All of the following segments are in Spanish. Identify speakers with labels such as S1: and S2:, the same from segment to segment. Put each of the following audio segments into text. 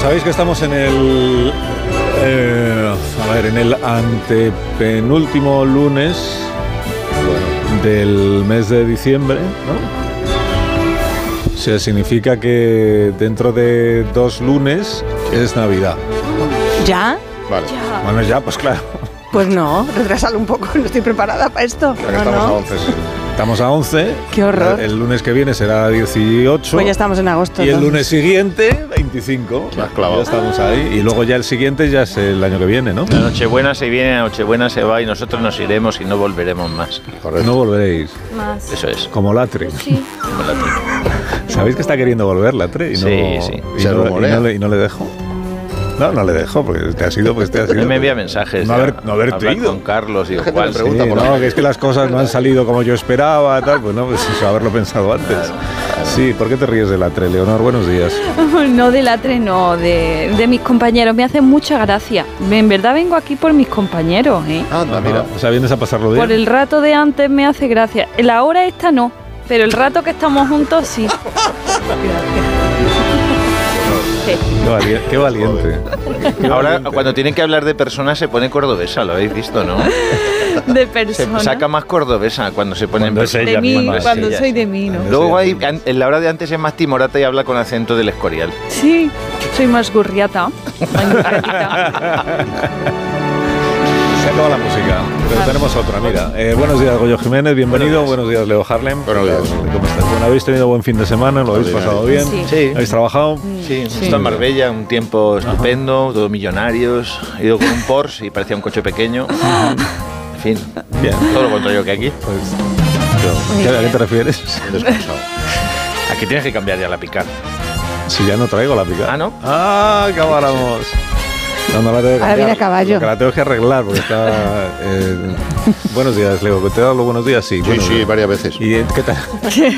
S1: sabéis que estamos en el. eh, a ver, en el antepenúltimo lunes bueno, del mes de diciembre, ¿no? O sea, significa que dentro de dos lunes es Navidad.
S2: ¿Ya?
S3: Vale.
S2: Ah.
S1: Bueno, ya, pues claro.
S2: Pues no, retrasalo un poco, no estoy preparada para esto.
S3: Ya que
S4: Ah,
S2: No,
S3: estamos
S2: no.
S3: a 11. sí.
S1: Estamos a 11.
S2: Qué horror.
S1: El lunes que viene será 18.
S2: Pues ya estamos en agosto.
S1: Y el
S2: entonces.
S1: lunes siguiente, 25.
S3: La has clavado.
S1: Ya estamos ahí. Y luego ya el siguiente ya es el año que viene, ¿no?
S4: La Nochebuena se viene, la Nochebuena se va y nosotros nos iremos y no volveremos más.
S3: Correcto.
S1: No volveréis.
S5: Más.
S4: Eso es.
S1: Como Latre.
S5: Sí.
S1: Sabéis que está queriendo volver Latre y no,
S4: Sí, sí.
S1: Y
S3: Se
S1: no, y
S3: rumorea.
S1: no le, y no le dejo. No, no le dejo, porque te ha sido, pues te ha sido.
S4: Él me envía mensajes.
S1: No
S4: de
S1: haber- no haberte
S4: hablar
S1: ido.
S4: Con Carlos, digo,
S3: Gente
S4: ¿cuál?
S3: me
S1: Sí,
S3: pregunta por
S1: no,
S3: ahí.
S1: que es que las cosas no han salido como yo esperaba, tal, pues no, pues eso, haberlo pensado antes. Sí, ¿por qué te ríes de Latre, Leonor? Buenos días.
S5: No de latre, no, de, de mis compañeros. Me hace mucha gracia. Me- En verdad vengo aquí por mis compañeros, ¿eh?
S3: Anda, Ah, mira.
S1: O sea, vienes a pasarlo bien.
S5: Por el rato de antes me hace gracia. La hora esta no, pero el rato que estamos juntos sí. Sí.
S1: Qué valiente. Qué valiente.
S4: Ahora, cuando tienen que hablar de personas, se pone cordobesa, lo habéis visto, ¿no?
S5: De
S4: Se
S5: persona.
S4: saca más cordobesa cuando se ponen
S1: Cuando es
S4: personas.
S1: ella
S5: de mí,
S1: misma,
S4: sí,
S5: cuando
S4: ya
S5: soy
S4: sé.
S5: de mí, ¿no?
S1: Sí.
S4: Luego hay, an- en la hora de antes es más timorata y habla con acento del escorial.
S5: Sí, soy más gurriata. más gurriatita.
S1: Se acaba la música, pero tenemos otra, mira. Eh, buenos días, Goyo Jiménez, bienvenido. Buenos días, Leo Harlem.
S3: Buenos días.
S1: ¿Cómo estás? Bueno, habéis tenido buen fin de semana, lo habéis pasado bien.
S5: Sí.
S4: Sí.
S1: ¿Habéis trabajado?
S2: Mm.
S4: Sí, está en Marbella, un tiempo estupendo, todos millonarios. He ido con un Porsche y parecía un coche pequeño. En fin,
S1: Bien.
S4: todo lo contrario que aquí.
S1: Pues, ¿qué- ¿A qué te refieres?
S3: Descansado.
S4: Aquí tienes que cambiar ya la picar.
S1: Si ya no traigo la picada.
S4: Ah, ¿no?
S1: Ah, acabáramos. No, no la tengo que
S2: Ahora viene a
S1: cambiar,
S2: caballo.
S1: lo que la tengo que arreglar porque está... eh, buenos días, Leo. ¿Te he dado los buenos días? Sí,
S3: Sí,
S1: buenos
S3: sí,
S1: días.
S3: varias veces.
S1: ¿Y eh, qué tal? bueno,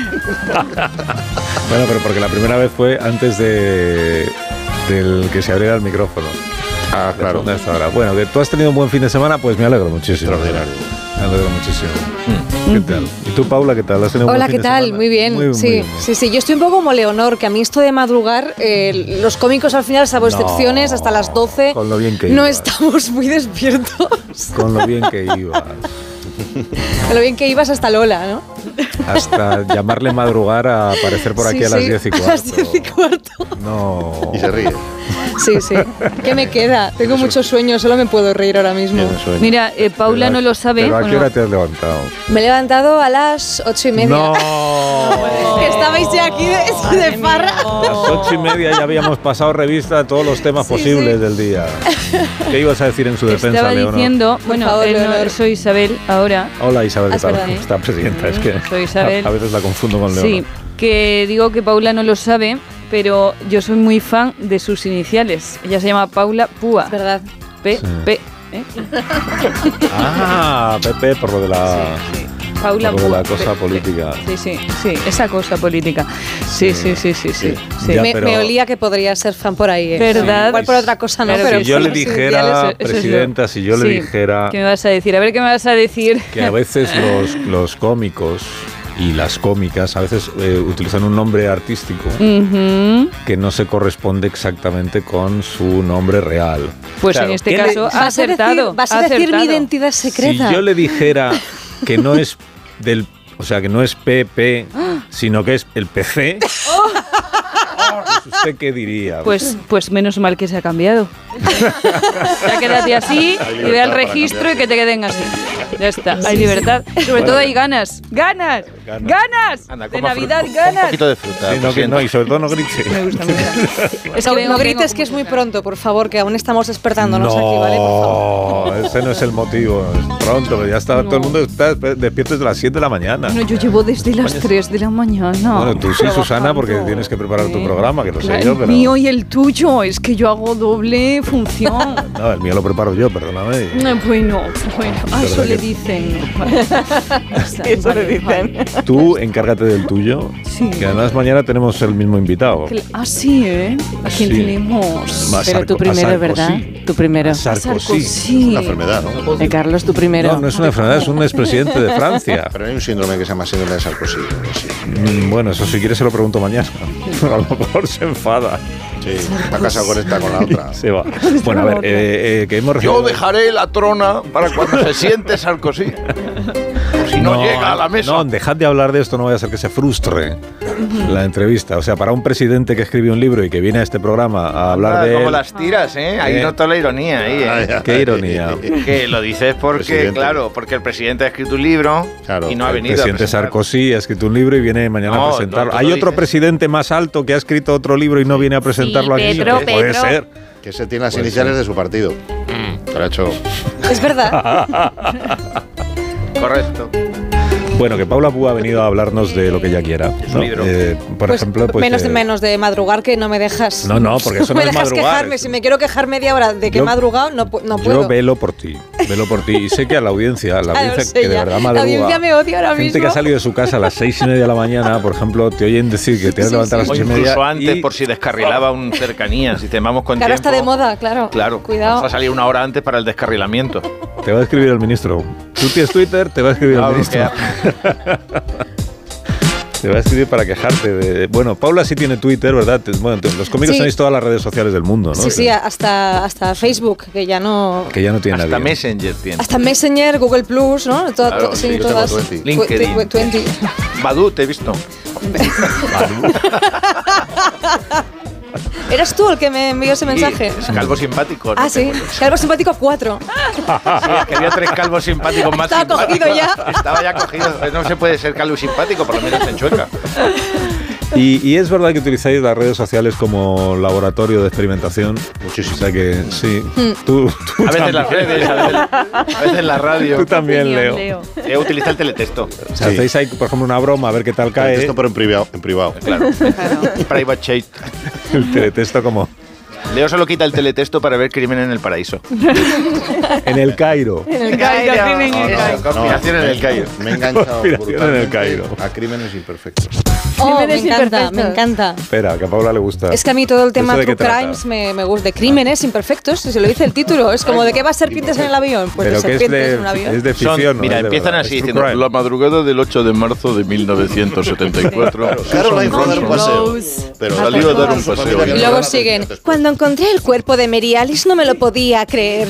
S1: pero porque la primera vez fue antes de del que se abriera el micrófono.
S3: Ah,
S1: La
S3: claro.
S1: segunda hasta ahora. Bueno, que tú has tenido un buen fin de semana, pues me alegro muchísimo.
S3: Extraordinario. Mm.
S1: Me alegro muchísimo. ¿Qué tal? ¿Y tú, Paula, qué tal? ¿Has tenido un
S6: Hola,
S1: buen fin de
S6: ¿qué tal?
S1: semana?
S6: Muy bien. sí,
S1: bien.
S6: sí, sí. Yo estoy un poco como Leonor, que a mí esto de madrugar, eh, los cómicos al final, salvo
S1: No,
S6: excepciones, hasta las 12,
S1: con lo bien que
S6: no
S1: ibas.
S6: estamos muy despiertos.
S1: Con lo bien que ibas.
S6: A lo bien que ibas hasta Lola, ¿no?
S1: Hasta llamarle madrugar a aparecer por aquí
S6: Sí,
S1: a las
S6: sí,
S1: 10 y cuarto.
S6: A las 10 y cuarto.
S1: No.
S3: Y se ríe.
S6: Sí, sí. ¿Qué me queda? Tengo mucho sueño, solo me puedo reír ahora mismo.
S3: Tiene sueño.
S5: Mira, eh, Paula
S1: Pero a-
S5: no lo sabe.
S1: ¿Pero a qué
S5: bueno,
S1: hora te has levantado?
S6: Me he levantado a las 8 y media.
S1: ¡No!
S6: Que Estabais ya aquí de, de farra.
S1: Las ocho y media ya habíamos pasado revista a todos los temas
S6: Sí,
S1: posibles
S6: sí.
S1: del día. ¿Qué ibas a decir en su defensa,
S5: estaba
S1: Leonor?
S5: diciendo, bueno,
S6: favor,
S5: él no-
S6: Leonor.
S5: soy Isabel ahora.
S1: Hola Isabel, ¿qué
S6: Ah, es
S1: tal?
S6: verdad.
S1: Está presidenta, es que
S5: Soy Isabel.
S1: A, a veces la confundo con Leonor.
S5: Sí, que digo que Paula no lo sabe, pero yo soy muy fan de sus iniciales. Ella se llama Paula Púa.
S6: Es verdad.
S5: P, P, ¿eh?
S1: Ah, Pepe, por lo de la,
S5: Paula
S1: por lo Ah. de la
S5: Púa,
S1: cosa
S5: P, P.
S1: política.
S5: Sí, sí, sí, esa cosa política. Sí, sí, sí, sí, sí. sí.
S1: Ya,
S6: me,
S1: pero-
S6: me olía que podría ser fan por ahí. ¿eh?
S5: ¿Verdad?
S6: Igual por otra cosa, ¿no?
S5: Claro,
S6: pero
S1: si yo
S6: sí,
S1: le
S6: sí,
S1: dijera,
S5: Eso- eso es lo-
S1: presidenta, si yo le
S5: Sí.
S1: dijera
S5: ¿Qué me vas a decir? A ver, ¿qué me vas a decir?
S1: que a veces los, los cómicos y las cómicas a veces eh, utilizan un nombre artístico
S5: Ujú.
S1: que no se corresponde exactamente con su nombre real.
S5: Pues
S4: Claro.
S5: en este
S1: ¿Qué le-
S5: caso ha
S6: Vas a decir-
S5: acertado.
S6: vas a
S5: ha
S6: decir mi
S5: acertado.
S6: identidad secreta.
S1: Si yo le dijera que no es del, o sea, que no es PP, sino que es el PC, pues ¿usted qué diría?
S5: Pues, pues menos mal que se ha cambiado. ya quédate así,
S3: Hay
S5: y ve
S3: libertad
S5: al
S3: para
S5: registro
S3: cambiar.
S5: y que te queden así. Ya está, hay libertad. Sobre todo hay ganas. ¡Ganas!
S1: Ganas.
S5: ¡Ganas!
S4: Anda,
S5: de
S4: coma fru-
S5: Navidad,
S4: Un
S5: ganas.
S4: poquito de fruta.
S1: Pues Sí,
S4: lo
S1: no, que
S4: siento.
S1: no, y sobre todo no grite.
S5: Me gusta, me gusta. Es
S6: No,
S5: vengo-
S6: no
S5: vengo
S6: grites
S5: con
S6: que es muy
S5: mucha-
S6: pronto, por favor, que aún estamos despertándonos aquí, ¿vale? Por favor.
S1: No, ese no es el motivo. Es pronto, pero ya está, todo el mundo está despe- despierto desde las 7 de la mañana.
S5: No, yo llevo desde las 3 de la mañana.
S1: Bueno, tú sí, Susana, porque
S5: trabajando.
S1: tienes que preparar tu
S5: Sí.
S1: programa, que lo sé
S5: Claro,
S1: yo,
S5: el
S1: pero...
S5: mío y el tuyo, es que yo hago doble función.
S1: No, el mío lo preparo yo, perdóname.
S5: No, bueno, bueno, a eso
S1: Verdad
S5: le
S1: que-
S5: dicen. Vale. Vale,
S2: Eso le dicen.
S5: vale.
S1: Tú encárgate del tuyo
S5: sí.
S1: Que además mañana tenemos el mismo invitado.
S5: Que- Ah, sí, ¿eh? ¿A
S1: Sí.
S5: quién tenemos?
S1: Va,
S3: Pero
S1: Sarko-
S3: tu
S1: a
S3: primero, ¿verdad?
S1: Sarkozy.
S3: Tu primero.
S1: A Sarkozy.
S5: Sarkozy.
S7: Una enfermedad, ¿no?
S3: Eh, Carlos, tu primero.
S1: No, no es una enfermedad, es un expresidente de Francia.
S7: Pero hay un síndrome que se llama síndrome de Sarkozy. ¿no? Sí.
S1: Mm, Bueno, eso si quieres se lo pregunto mañana. A lo mejor se enfada
S7: Sí, está casado con esta, con la otra.
S1: y se va. Bueno, a ver, eh, eh, que hemos
S4: Yo
S1: recibido-
S4: dejaré la trona para cuando se siente Sarkozy. Por Si no, llega a la mesa.
S1: No, dejad de hablar de esto, no vaya a ser que se frustre la entrevista. O sea, para un presidente que escribe un libro y que viene a este programa a hablar
S4: Ah,
S1: de
S4: como
S1: él,
S4: las tiras, ¿eh? Ahí
S1: Eh.
S4: noto la ironía. Ahí, ¿eh?
S7: Ay, ay,
S1: Qué ironía.
S4: Que lo dices porque,
S7: Presidente.
S4: claro, porque el presidente ha escrito un libro
S7: Claro,
S4: y no ha
S7: el
S4: venido. a
S1: presidente
S4: presentar.
S1: Sarkozy ha escrito un libro y viene mañana
S4: No,
S1: a
S4: no,
S1: presentarlo.
S4: tú lo
S1: Hay otro
S4: dices.
S1: presidente más alto que ha escrito otro libro y no viene a presentarlo aquí.
S5: Pedro,
S1: ¿Qué Puede
S5: Pedro.
S1: ser.
S7: Que se tiene las
S1: Pues
S7: iniciales de su partido.
S1: Mm.
S7: Se lo ha hecho.
S6: Es verdad.
S4: Correcto.
S1: Bueno, que Paula Pú ha venido a hablarnos de lo que ella quiera.
S4: su
S1: ¿no?
S4: libro.
S1: Eh, por
S6: Pues
S1: ejemplo, pues,
S6: menos, de,
S1: eh,
S6: menos de madrugar que no me dejas.
S1: No, no, porque eso no
S6: me
S1: es
S6: dejas
S1: madrugar,
S6: quejarme.
S1: eso.
S6: Si me quiero quejar media hora de que he
S1: Yo-
S6: madrugado, no, pu- no puedo.
S1: Yo velo por ti, velo por ti. Y sé que a la audiencia, la
S6: Ah, lo
S1: audiencia
S6: sé
S1: que de
S6: ya.
S1: verdad
S6: La
S1: madruga,
S6: audiencia me odia ahora
S1: gente que
S6: mismo.
S1: ha salido de su casa a las seis y media de la mañana, por ejemplo, te oyen decir que te has
S6: Sí,
S1: levantado a
S4: O
S1: las ocho y media.
S4: incluso antes,
S1: y-
S4: por si descarrilaba un cercanías y te vamos con
S6: Claro,
S4: tiempo.
S6: está de moda, claro.
S4: Claro, vamos
S6: Cuidado.
S4: a salir una hora antes para el descarrilamiento.
S1: Te va a escribir el ministro. Tú tienes Twitter, te va a escribir
S4: Ah,
S1: el ministro.
S4: bloquea.
S1: Te va a escribir para quejarte de. Bueno, Paula sí tiene Twitter, ¿verdad? Te- Bueno, te- los cómicos
S6: Sí.
S1: tenéis todas las redes sociales del mundo, ¿no?
S6: Sí, sí, hasta, hasta Facebook, que ya no.
S1: Que ya no tiene
S4: Hasta
S1: nadie.
S4: Messenger tiene.
S6: Hasta Messenger, Google Plus, ¿no? Toda-
S4: Claro,
S6: to-
S4: sí,
S6: sí,
S4: yo
S7: tengo
S6: todas.
S7: 20.
S6: Twe-
S4: LinkedIn.
S6: twe- 20.
S4: Badu, te he visto.
S6: ¿Eras tú el que me envió ese este mensaje?
S4: Sí, es calvo simpático. ¿no
S6: Ah,
S4: te
S6: sí.
S4: acuerdas?
S6: Calvo simpático 4.
S4: Sí, es que había tres calvos simpáticos más.
S6: Estaba
S4: simpáticos.
S6: cogido ya.
S4: Estaba ya cogido. Pues No se puede ser calvo simpático, por lo menos en Chueca.
S1: Y, y es verdad que utilizáis las redes sociales como laboratorio de experimentación.
S7: Muchísimo.
S1: O sea que sí.
S6: Hmm.
S1: Tú, tú
S4: A veces
S1: también,
S4: las redes, a veces, a veces la radio.
S1: tú también,
S5: Opinión,
S1: Leo.
S4: He utilizado el teletexto.
S1: O sea,
S7: Sí.
S1: hacéis ahí, por ejemplo, una broma, a ver qué tal cae.
S7: Esto pero en privado. En privado.
S4: Claro. Private chat.
S1: El teletexto como
S4: Leo solo quita el teletexto para ver Crimen en el Paraíso.
S1: en el Cairo.
S6: En el
S5: Cairo,
S6: Cairo.
S5: crimen en el Cairo.
S4: Conspiración en el Cairo.
S7: Me he enganchado
S1: Conspiración
S7: brutalmente
S1: en el Cairo.
S7: a crímenes imperfectos.
S6: Oh, me
S5: Crímenes
S6: encanta,
S5: imperfectos.
S6: me encanta.
S1: Espera, que a Paula le gusta.
S6: Es que a mí todo el tema
S1: ¿Eso de
S6: True
S1: qué trata?
S6: Crimes me, me gusta. De crímenes imperfectos, si se lo dice el título. Es como, ¿de qué va a serpientes en el avión? Pues
S1: Pero
S6: de
S1: que es
S6: serpientes
S1: de,
S6: en un avión.
S1: es de
S4: Son-
S1: ficción. ¿no?
S4: mira,
S1: Es de
S4: empiezan
S1: verdad.
S4: así
S1: Es true
S4: diciendo
S1: crime.
S4: la madrugada del 8 de marzo de 1974.
S7: Caroline fue a dar un paseo.
S5: Rose.
S7: Pero
S6: Ah,
S7: salió a dar
S6: perdón.
S7: un paseo.
S6: Y luego siguen. Cuando encontré el cuerpo de Mary Alice no me lo podía creer.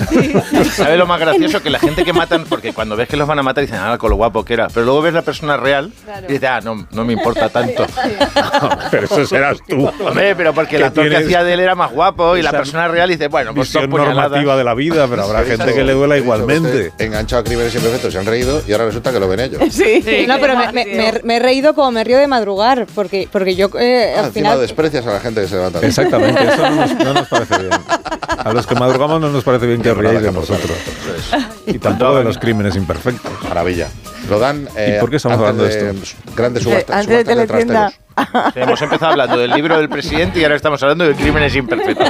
S4: ¿Sabes lo más gracioso? Que la gente que matan, porque cuando ves que los van a matar dicen, ah, con lo guapo que era. Pero luego ves la persona real y dices, ah, no, no me importa tanto.
S1: Pero eso serás tú.
S4: Hombre, pero porque el
S1: Que
S4: actor que
S1: tienes
S4: hacía de él era más guapo y la
S1: esa
S4: persona real dice, bueno, pues dos
S1: Visión
S4: puñaladas.
S1: normativa de la vida, pero habrá gente que le duela igualmente.
S7: este Enganchado a crímenes imperfectos, se han reído y ahora resulta que lo ven ellos.
S2: Sí.
S6: No, pero me, me- me- me he reído como me río de madrugar, porque, porque yo eh,
S7: Ah,
S6: al
S7: encima
S6: final...
S7: desprecias a la gente que se levanta.
S1: Exactamente, eso no nos, no nos parece bien. A los que madrugamos no nos parece bien que os riáis de nosotros. Y tampoco de los crímenes imperfectos.
S7: Maravilla. Lo dan. eh,
S1: ¿Y por qué estamos
S7: antes
S1: hablando de
S7: Grandes subastas.
S2: Antes de
S7: subastas de
S2: Teletienda.
S7: trasteros.
S4: Hemos empezado hablando del libro del presidente y ahora estamos hablando de crímenes imperfectos.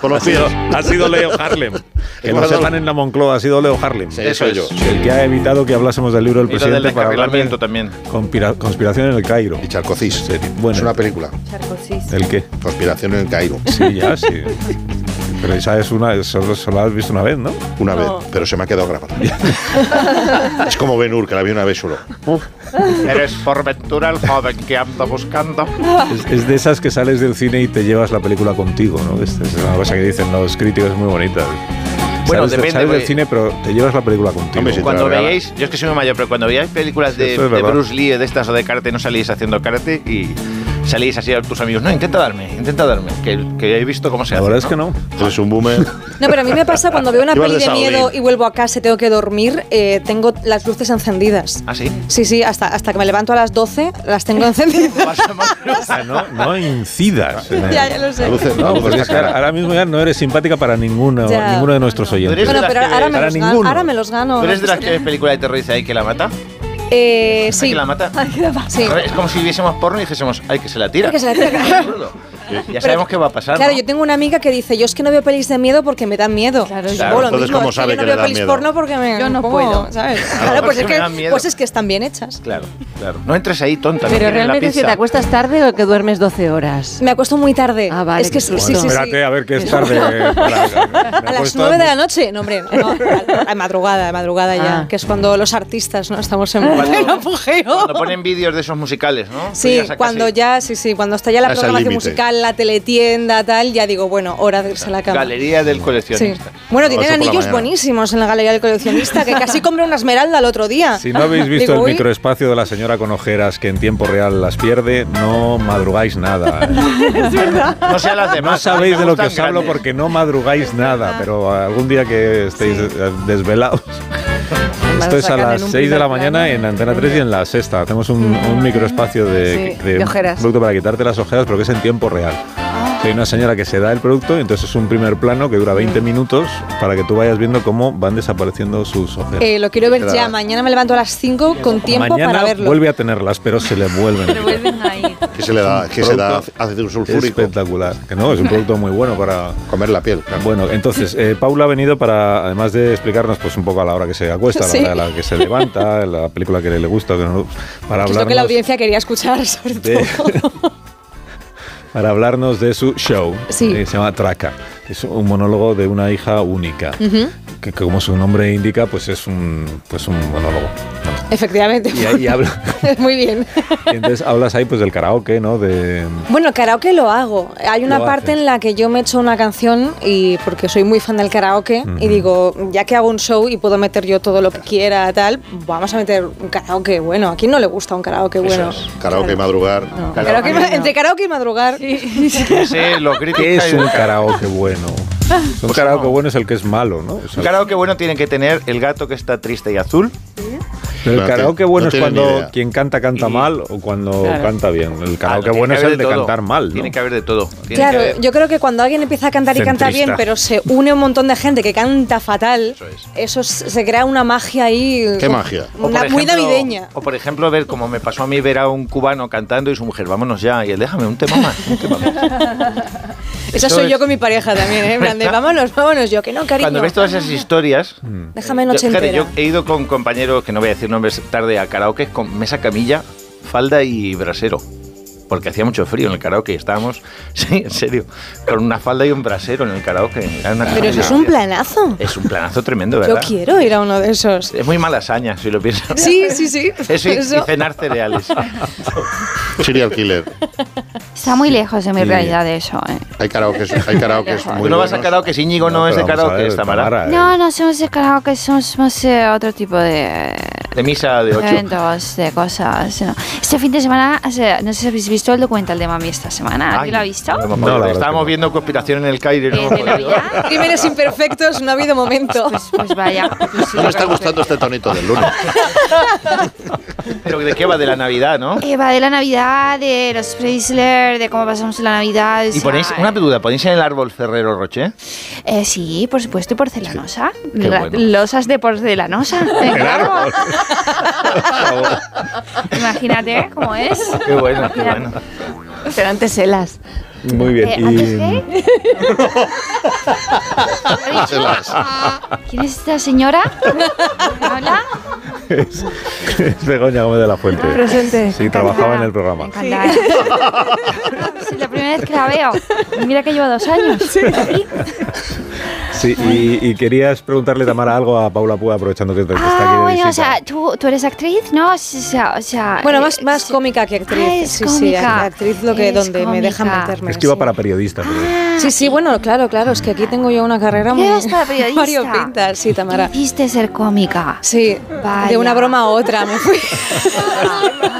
S7: Por los pies.
S1: Ha sido Leo Harlem. Que lo sepan en la Moncloa, ha sido Leo Harlem.
S7: Sí, eso yo.
S1: El que ha evitado que hablásemos del libro del
S4: Y lo del
S1: presidente para hablar de
S4: descarrilamiento también.
S1: conspira- conspiración en el Cairo.
S7: Y Charcocís.
S1: Bueno.
S7: Es una película.
S5: Sarkozy.
S1: ¿El qué?
S7: Conspiración en el Cairo.
S1: Sí, ya, sí. Pero esa es una, solo, solo la has visto una vez, ¿no?
S7: Una vez, pero se me ha quedado grabada. es como Ben Hur, que la vi una vez solo.
S4: Eres por ventura el joven que anda buscando.
S1: Es, es de esas que sales del cine y te llevas la película contigo, ¿no? Es, es una cosa que dicen los críticos muy bonita.
S4: Bueno,
S1: sales, de-
S4: depende,
S1: sales del
S4: porque-
S1: cine, pero te llevas la película contigo.
S7: Hombre, sí, te
S4: Cuando
S7: la regala.
S4: veíais, yo es que soy muy mayor, pero cuando veíais películas de,
S1: Eso es
S4: de
S1: verdad.
S4: Bruce Lee, de estas o de karate, no salíais haciendo karate y salíais así a tus amigos, no, intenta darme, intenta darme, que, que he visto cómo se
S1: La
S4: hace.
S1: verdad es que no.
S7: Eres un boomer.
S6: No, pero a mí me pasa cuando veo una
S7: Ibas
S6: peli
S7: de
S6: de
S7: Saudí.
S6: miedo y vuelvo a casa y tengo que dormir, eh, tengo las luces encendidas.
S4: ¿Ah, sí?
S6: Sí, sí, hasta, hasta que me levanto a las 12 las tengo encendidas.
S1: O sea, no, no incidas. en el-
S6: ya, ya lo sé.
S7: Luces,
S1: No,
S7: no,
S1: porque es que ahora, ahora mismo ya no eres simpática para ninguno,
S6: Ya.
S1: ninguno de nuestros oyentes.
S4: Pero
S6: Bueno,
S4: eres de
S6: pero
S4: las que-
S6: ahora me,
S1: para
S6: los gano,
S1: ninguno.
S6: ahora me los gano.
S4: ¿Tú eres de las que ves películas de terrorista y que la mata?
S6: Eh,
S4: ¿Hay
S6: sí.
S4: que la mata?
S6: Sí.
S4: Es como si viésemos porno y dijésemos, ay, que se la tira.
S6: Que se la tira.
S4: Es absurdo. Ya sabemos qué va a pasar.
S6: Claro,
S4: ¿no?
S6: yo tengo una amiga que dice, yo es que no veo pelis de miedo porque me dan miedo.
S5: Claro,
S6: Digo,
S4: Claro,
S6: lo
S7: entonces,
S6: mismo,
S7: ¿cómo
S6: es que
S7: sabe
S6: yo no
S7: que le
S6: veo
S7: da
S6: pelis
S7: miedo?
S6: porno porque me
S5: Yo no
S6: pongo,
S5: puedo.
S6: ¿sabes?
S4: Claro,
S6: Claro, pues
S4: es
S6: es
S4: que me dan
S6: que,
S4: miedo.
S6: pues es que están bien hechas.
S4: Claro, claro. No entres ahí, tonta.
S3: Pero
S4: mira, en la
S3: realmente si
S4: pizza.
S3: te acuestas tarde o que duermes 12 horas.
S6: Me acuesto muy tarde.
S3: Ah, vale,
S6: Es que
S3: qué
S6: sí,
S3: susto.
S6: sí, sí, sí.
S1: Espérate, a ver que es tarde. para- me
S6: A
S1: ha
S6: las
S1: puesto-
S6: 9 de la noche, no hombre, no, a a madrugada, a madrugada ya,
S3: Ah.
S6: que es cuando los artistas no estamos en
S4: Cuando-
S6: pleno apogeo.
S4: Cuando ponen vídeos de esos musicales, ¿no? Tú
S6: Sí,
S4: sacas
S6: cuando
S4: ahí.
S6: ya, sí, sí, cuando está ya la
S7: Estás al
S6: programación
S7: límite.
S6: musical, la teletienda, tal, ya digo, bueno, hora de irse a la cama.
S4: Galería del
S6: Sí.
S4: coleccionista.
S7: No,
S6: Bueno, tienen
S7: eso por la
S6: anillos
S7: mañana.
S6: buenísimos en la galería del coleccionista, que casi compré una esmeralda el otro día.
S1: Si no habéis visto
S6: Digo,
S1: el
S6: uy,
S1: microespacio de la señora con ojeras que en tiempo real las pierde, no madrugáis nada. ¿eh?
S4: No sean las demás.
S1: No sabéis
S4: me
S1: de lo que
S4: gustan
S1: os hablo
S4: ¿eh? grandes.
S1: porque no madrugáis nada, pero algún día que estéis eh, desvelados. Esto es a
S3: sacan
S1: las
S3: en un
S1: 6 de la
S3: primer
S1: mañana en Antena 3 y en la sexta. Hacemos un, un microespacio de,
S3: Sí, de ojeras.
S1: producto para quitarte las ojeras, pero que es en tiempo real. Hay una señora que se da el producto, entonces es un primer plano que dura 20 minutos para que tú vayas viendo cómo van desapareciendo sus ojeras.
S6: eh, lo quiero ver
S1: Claro.
S6: ya, mañana me levanto a las 5 con tiempo
S1: este". Mañana
S6: para verlo.
S1: vuelve a tenerlas, pero se le vuelven. a
S5: Pero
S1: quitar.
S5: vuelven ahí.
S7: Que se le da, que se da
S1: Producto
S7: ácido
S1: Es
S7: sulfúrico.
S1: espectacular. Que no, es un producto muy bueno para.
S7: Comer la piel, claro.
S1: Bueno, entonces, eh, Paula ha venido para, además de explicarnos pues un poco a la hora que se acuesta, a la
S6: Sí.
S1: hora a la que se levanta, la película que le gusta, que no- para
S6: Que es lo que la
S1: hablarnos,
S6: audiencia quería escuchar, sobre
S1: de-
S6: todo.
S1: para hablarnos de su show,
S6: Sí.
S1: que se llama Traca. Es un monólogo de una hija única, que como su nombre indica, pues es un, pues un monólogo. Bueno,
S6: Efectivamente.
S1: y ahí habla,
S6: Muy bien.
S1: y entonces hablas ahí pues del karaoke, ¿no? De,
S6: Bueno, karaoke lo hago. Hay una
S1: Lo
S6: parte
S1: haces.
S6: en la que yo me echo una canción y porque soy muy fan del karaoke y digo, ya que hago un show y puedo meter yo todo lo que quiera, tal, vamos a meter un karaoke bueno. ¿A quién no le gusta un karaoke bueno?
S4: es.
S7: Karaoke,
S6: Claro.
S7: madrugar.
S6: No.
S4: Karaoke
S6: Karaoke ma-
S5: bueno.
S6: Entre karaoke y madrugar.
S4: Sí, lo crítica
S1: ¿Qué
S4: y
S1: es
S4: el
S1: un
S4: ca-
S1: karaoke bueno? Un karaoke bueno es el que es malo, ¿no? O sea,
S4: Un karaoke bueno tiene que tener el gato que está triste y azul.
S1: Pero el
S7: No te-
S1: karaoke bueno
S7: no
S1: es
S7: tiene ni
S1: cuando
S7: idea.
S1: quien canta canta
S4: Y-
S1: mal o cuando
S3: Claro.
S1: canta bien. El
S4: Ah,
S1: karaoke
S4: tiene
S1: bueno
S4: que
S1: es
S4: haber
S1: el de
S4: todo.
S1: cantar mal. ¿no?
S4: Tiene que haber de todo. Tiene que
S6: Claro,
S4: haber-
S6: yo creo que cuando alguien empieza a cantar y canta
S1: Centrista.
S6: bien, pero se une un montón de gente que canta fatal,
S4: Eso
S6: eso,
S4: es.
S6: s- se crea una magia ahí.
S7: ¿Qué magia?
S4: O por
S6: Una- muy
S4: ejemplo-
S6: navideña.
S4: O por ejemplo, ver como me pasó a mí ver a un cubano cantando y su mujer, vámonos ya. Y él, déjame un tema más. un tema más".
S6: Esa
S4: eso
S6: soy yo
S4: es.
S6: con mi pareja también, ¿eh? En plan de, vámonos, vámonos. Yo, que no, cariño.
S4: Cuando ves todas esas historias.
S1: Mm.
S6: Déjame
S4: yo-
S6: noche
S4: fíjate,
S6: entera.
S4: yo he ido con compañeros, que no voy a decir nombres, tarde a karaoke con mesa camilla, falda y brasero. Porque hacía mucho frío en el karaoke y estábamos, sí, en serio, con una falda y un brasero en el karaoke. Era una
S6: Pero eso es
S4: maravilla.
S6: un planazo.
S4: Es un planazo tremendo,
S6: Yo
S4: ¿verdad?
S6: quiero ir a uno de esos.
S4: Es muy mala hazaña, si lo piensas.
S6: Sí, sí, sí.
S4: Eso y, y
S6: Eso.
S4: cenar cereales.
S7: Serial killer.
S5: Está muy lejos de mi
S1: Sí.
S5: realidad de eso, ¿eh?
S7: Hay karaoke, hay karaoke muy
S4: Tú no vas a
S7: buenos.
S4: karaoke, si Íñigo no, es de
S1: pero vamos a
S4: karaoke,
S1: ver,
S4: esta mala.
S1: Tamara, eh.
S5: No, no somos de karaoke, somos más eh, otro tipo de
S4: De misa de 8.
S5: eventos, de cosas. ¿no? Este fin de semana, eh, no sé si habéis visto el documental de Mami esta
S8: Ah,
S5: semana. ¿Alguien lo ha visto?
S1: No, la verdad
S4: Estábamos
S1: que no.
S4: viendo conspiración en el Cairo. y no
S5: Eh,
S4: hemos
S5: de
S4: podido.
S5: Navidad.
S6: Crímenes imperfectos, no ha habido momento.
S5: Pues, pues vaya. pues sí.
S7: No me está gustando este tonito del lunes.
S4: Pero ¿de qué va? De la Navidad, ¿no?
S5: Eh, va de la Navidad, de los Freisler, de cómo pasamos la Navidad. o
S4: Y ponéis,
S5: sea,
S4: una duda, ¿ponéis en el árbol Ferrero Rocher?
S5: eh, sí, por supuesto, y porcelanosa.
S4: Qué
S5: La-
S4: bueno.
S5: Losas de porcelanosa. en el árbol. Imagínate cómo es.
S8: Ah,
S4: Qué bueno, qué bueno.
S3: Pero antes elas.
S1: Muy bien.
S5: Eh,
S1: y-
S5: ¿antes qué? ¿Lo ha dicho?
S7: Selas.
S5: ¿Quién es esta señora? ¿Hola?
S1: es, es Begoña Gómez de la Fuente.
S3: Presente.
S1: Sí, trabajaba en el programa.
S5: Encantada. Es ¿eh? la primera vez que la veo. Y Mira que lleva dos años. Sí.
S1: Sí, y, y querías preguntarle, Tamara, algo a Paula Púa, aprovechando que te- que está aquí.
S5: Ah,
S1: de
S5: bueno, o
S1: visita.
S5: sea, ¿tú, tú eres actriz, ¿no? O sea, o sea,
S6: Bueno,
S5: eh,
S6: más, más
S5: sí.
S6: cómica que actriz.
S5: Ah, es
S6: sí, sí,
S5: cómica.
S6: actriz lo que
S5: Es
S6: donde me
S5: cómica.
S6: dejan meterme.
S1: es que iba
S6: sí.
S1: para periodista. pero-
S6: Sí, sí, bueno, claro, claro, es que aquí tengo yo una carrera muy
S5: Llevas para periodista.
S6: variopinta, sí, Tamara.
S5: Quisiste ser cómica.
S6: Sí,
S5: Vaya.
S6: de una broma a otra me fui.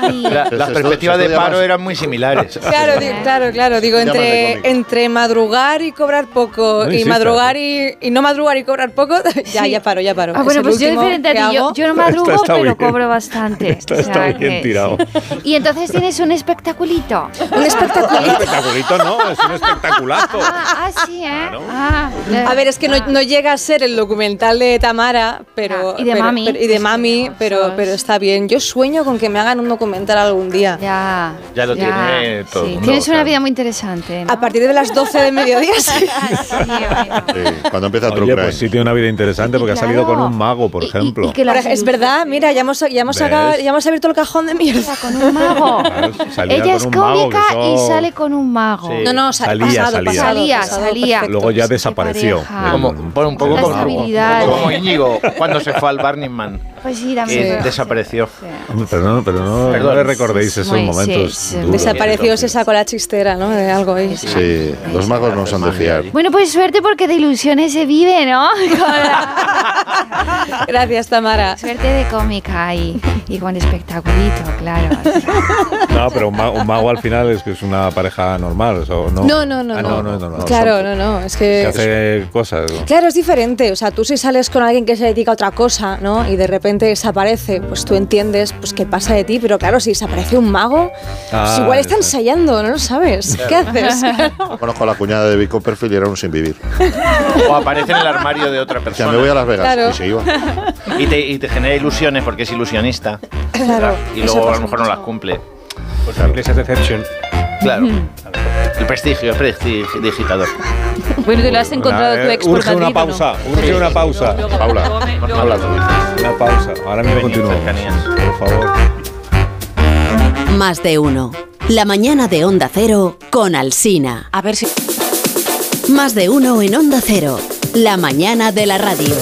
S5: Ay.
S4: La- las
S7: Se estudia
S4: perspectivas de paro
S7: más.
S4: eran muy similares.
S6: Claro, di- claro, claro, digo,
S7: Llamas de
S6: entre,
S7: cómica.
S6: entre madrugar y cobrar poco
S1: No
S6: y
S1: insistas.
S6: madrugar y, y, y no madrugar y cobrar poco, ya,
S5: Sí.
S6: ya paro, ya paro.
S5: Ah,
S6: Es
S5: bueno,
S6: el
S5: pues yo
S6: último
S5: diferente a
S6: que
S5: ti. Yo,
S6: hago.
S5: yo no
S1: Esta
S5: madrugo,
S1: está
S5: pero
S1: bien.
S5: cobro bastante.
S1: Esta está bien
S5: que
S1: tirado.
S5: sí. Y entonces tienes un espectaculito.
S6: Un espectáculo.
S1: Un espectaculito no, es un espectaculazo.
S5: Ah, ah, sí, ¿eh?
S1: Claro.
S5: Ah,
S6: A ver, es que no,
S5: ah.
S6: no llega a ser el documental de Tamara, pero.
S5: Ah, y de
S6: pero-
S5: Mami.
S6: pero- y de mami, pero,
S5: Ostras.
S6: pero está bien. Yo sueño con que me hagan un documental algún día.
S5: Ya.
S4: Ya lo tiene todo el mundo,
S5: Tienes una
S4: claro.
S5: vida muy interesante. ¿no?
S6: A partir de las 12 de mediodía, sí.
S5: Ah, sí, bueno.
S7: Sí, cuando empieza el
S1: Oye,
S7: truco.
S1: pues sí tiene una vida interesante porque ha salido
S5: Claro.
S1: con un mago, por
S5: Y- y-
S1: ejemplo.
S5: y que lo
S6: Ahora, es
S5: hace-
S6: verdad, mira, ya hemos, ya hemos
S1: ¿Ves?
S6: sacado- ya hemos abierto el cajón de mierda.
S5: con un mago.
S1: Claro, salía
S5: Ella
S1: con
S5: es
S1: un mago, que
S5: cómica y
S1: eso-
S5: sale con un mago.
S4: Sí.
S6: No, no, sa-
S1: Salía,
S6: pasado,
S1: salía.
S6: pasado,
S5: Salía,
S6: pasado,
S5: salía.
S6: perfecto.
S1: Luego ya
S5: Qué
S1: desapareció.
S5: pareja.
S1: El-
S4: Como, bueno, un poco
S5: La
S4: como,
S5: estabilidad.
S4: como Íñigo cuando se fue al Barney Man.
S5: Pues sí, también.
S4: que
S5: puede
S4: desapareció.
S5: ser.
S1: Hombre, Pero no, pero no,
S4: Perdón.
S1: no le recordéis
S5: Sí,
S1: esos
S5: muy-
S1: momentos.
S5: sí, sí.
S1: duros.
S6: Desapareció, se sacó la chistera, ¿no? De algo ahí.
S7: Sí, los magos no son de fiar.
S5: Bueno, pues suerte porque de ilusiones se vive, ¿no? Con la
S6: Gracias, Tamara.
S5: suerte de cómica y, y con espectaculito, claro.
S1: No, pero un ma- un mago, al final es que es una pareja normal. Eso, no.
S6: No, no, no.
S1: Ah, no, no es normal.
S6: Claro,
S1: Son-
S6: no, no. Es
S1: Se
S6: que.
S1: hace cosas. ¿no?
S6: Claro, es diferente. O sea, tú si sales con alguien que se dedica a otra cosa, ¿no? Y de repente desaparece, pues tú entiendes pues qué pasa de ti, pero claro, si desaparece un mago,
S1: Ah,
S6: pues igual está
S1: ya.
S6: ensayando, no lo sabes. ¿Qué haces?
S7: Yo conozco a la cuñada de David Copperfield y era un sin vivir.
S4: O aparece en el armario de otra
S7: O sea,
S4: persona.
S7: me voy a Las Vegas
S6: Claro.
S7: y se iba.
S4: y, te, y te genera ilusiones porque es ilusionista.
S6: Claro,
S4: Y
S6: eso
S4: luego a
S6: pasa
S4: lo mejor no
S6: mucho.
S4: las cumple.
S1: Iglesias Deception.
S4: Claro. El prestigio, el prestidigitador.
S9: Bueno, tú lo has encontrado
S1: Una-
S9: tu
S1: eh,
S9: ex por
S1: Urge una
S9: Madrid, ¿o no?
S1: pausa, urge una pausa.
S7: Paula, habla tú.
S1: Una pausa. Ahora mismo
S4: Venid,
S1: continuamos.
S4: cercanías.
S1: Por favor.
S10: Más de uno. La mañana de Onda Cero con Alsina.
S3: A ver si.
S10: Más de uno en Onda Cero. La mañana de la radio.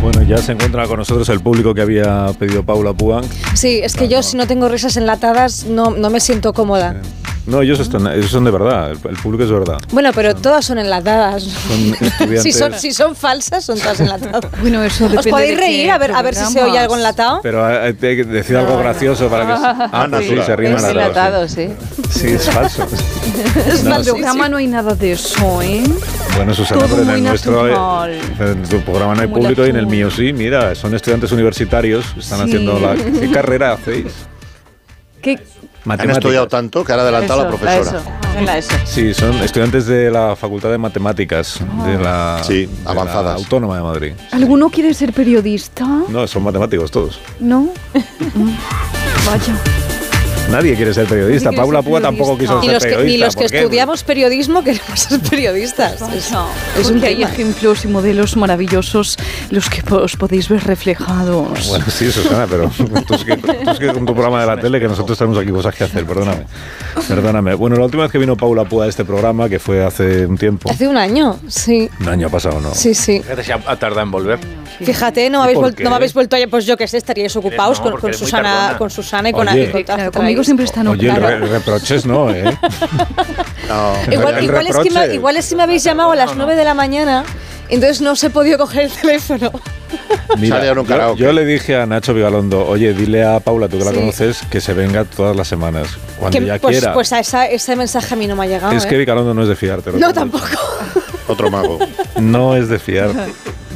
S1: Bueno, ya se encuentra con nosotros el público que había pedido Paula Pugan.
S6: Sí, es que yo si no tengo risas enlatadas no, no me siento cómoda.
S1: No, ellos, están, ellos son de verdad, el, el público es de verdad.
S6: Bueno, pero todas son enlatadas.
S1: Son estudiantes.
S6: Si son, si son falsas, son todas enlatadas.
S9: Bueno, eso
S6: ¿Os
S9: depende
S6: podéis
S9: de
S6: reír
S9: qué
S6: a ver, a ver si se oye
S9: programas.
S6: algo enlatado?
S1: Pero eh, hay que decir algo gracioso para que... Ah, no, sí,
S7: natural.
S1: se ríen
S7: Es
S1: a la tarde,
S3: Enlatados, ¿eh?
S1: sí. Sí, es falso.
S9: En
S1: No,
S9: tu
S1: sí,
S9: Este programa no hay nada de eso, ¿eh?
S1: Bueno, Susana,
S9: Todo
S1: pero en el
S9: muy
S1: nuestro,
S9: natural.
S1: eh, en tu programa no hay
S9: Muy
S1: público y en el
S9: natural.
S1: mío sí. Mira, son estudiantes universitarios, están
S9: Sí.
S1: haciendo la... ¿Qué carrera hacéis?
S9: ¿Qué?
S7: Han
S1: Matemáticas.
S7: estudiado tanto que han adelantado a la
S3: Eso,
S7: profesora.
S3: eso. Son la ESO.
S1: Sí, son estudiantes de la Facultad de Matemáticas
S9: Oh.
S1: de la,
S7: Sí,
S1: de la
S7: avanzadas.
S1: Autónoma de Madrid.
S9: ¿Alguno quiere ser periodista?
S1: No, son matemáticos todos.
S9: ¿No? Mm. Vaya.
S1: Nadie quiere ser periodista.
S9: Nadie quiere
S1: Paula
S9: ser
S1: Púa tampoco
S9: periodista.
S1: quiso
S6: Ni
S1: ser
S6: los que,
S1: periodista.
S6: ni los que
S1: ¿por qué?
S6: estudiamos periodismo queremos ser periodistas. Es, es un
S9: Pues Porque hay
S6: tema.
S9: ejemplos y modelos maravillosos los que po- os podéis ver reflejados.
S1: Bueno, sí, Susana, pero tú es, que, tú es que con tu programa de la tele que nosotros tenemos aquí cosas que hacer, perdóname. Perdóname. Bueno, la última vez que vino Paula Púa a este programa, que fue hace un tiempo,
S6: Hace un año, sí.
S1: un año ha pasado, ¿no?
S6: Sí, sí.
S4: Fíjate si ha ha tardado en volver.
S6: Fíjate, no me habéis,
S1: por
S6: vuel-
S1: qué? Eh,
S6: no me habéis vuelto a... Pues yo que sé, estaríais ocupados
S4: no,
S6: con,
S4: porque
S6: con
S4: eres muy
S6: Susana,
S4: tardona.
S6: con Susana y con
S1: Oye.
S6: las citas
S9: Claro,
S6: que
S9: conmigo
S6: traéis.
S9: siempre están
S1: Oye, el
S9: ocupados.
S1: re- reproches no, ¿eh?
S7: No.
S1: el
S6: Igual, igual es que me-
S1: reproche.
S6: igual es si me habéis llamado a las 9 de la mañana, entonces no os he podido coger el teléfono.
S7: Sale ahora un
S1: yo,
S7: karaoke.
S1: yo le dije a Nacho Vigalondo, oye, dile a Paula, tú que la conoces, que se venga todas las semanas, cuando
S6: Que-
S1: ya
S6: pues
S1: quiera.
S6: pues a esa, ese mensaje a mí no me ha llegado.
S1: es
S6: ¿eh?
S1: que Vigalondo no es de fiar, te lo
S6: no,
S1: tengo que
S6: tampoco.
S7: Otro mago.
S1: No es de fiar.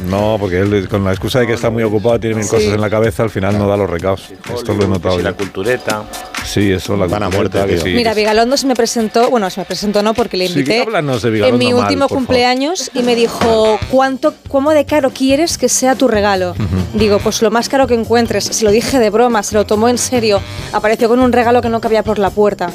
S1: No, porque él con la excusa de que está muy ocupado, tiene mil cosas en la cabeza, al final no da los recaos. Esto lo he notado
S4: Sí,
S1: yo.
S4: la cultureta.
S1: Sí, eso, la
S7: Van a
S1: cultura
S7: muerte,
S1: tal, que
S7: tío.
S1: sí.
S6: Mira, Vigalondo se me presentó, bueno, se me presentó no porque le
S1: Sí,
S6: invité
S1: háblanos de
S6: en
S1: Vigalondo
S6: mi
S1: mal,
S6: último
S1: por
S6: cumpleaños y me dijo, ¿cuánto, cómo de caro quieres que sea tu regalo? Digo, pues lo más caro que encuentres. Se lo dije de broma, se lo tomó en serio. Apareció con un regalo que no cabía por la puerta.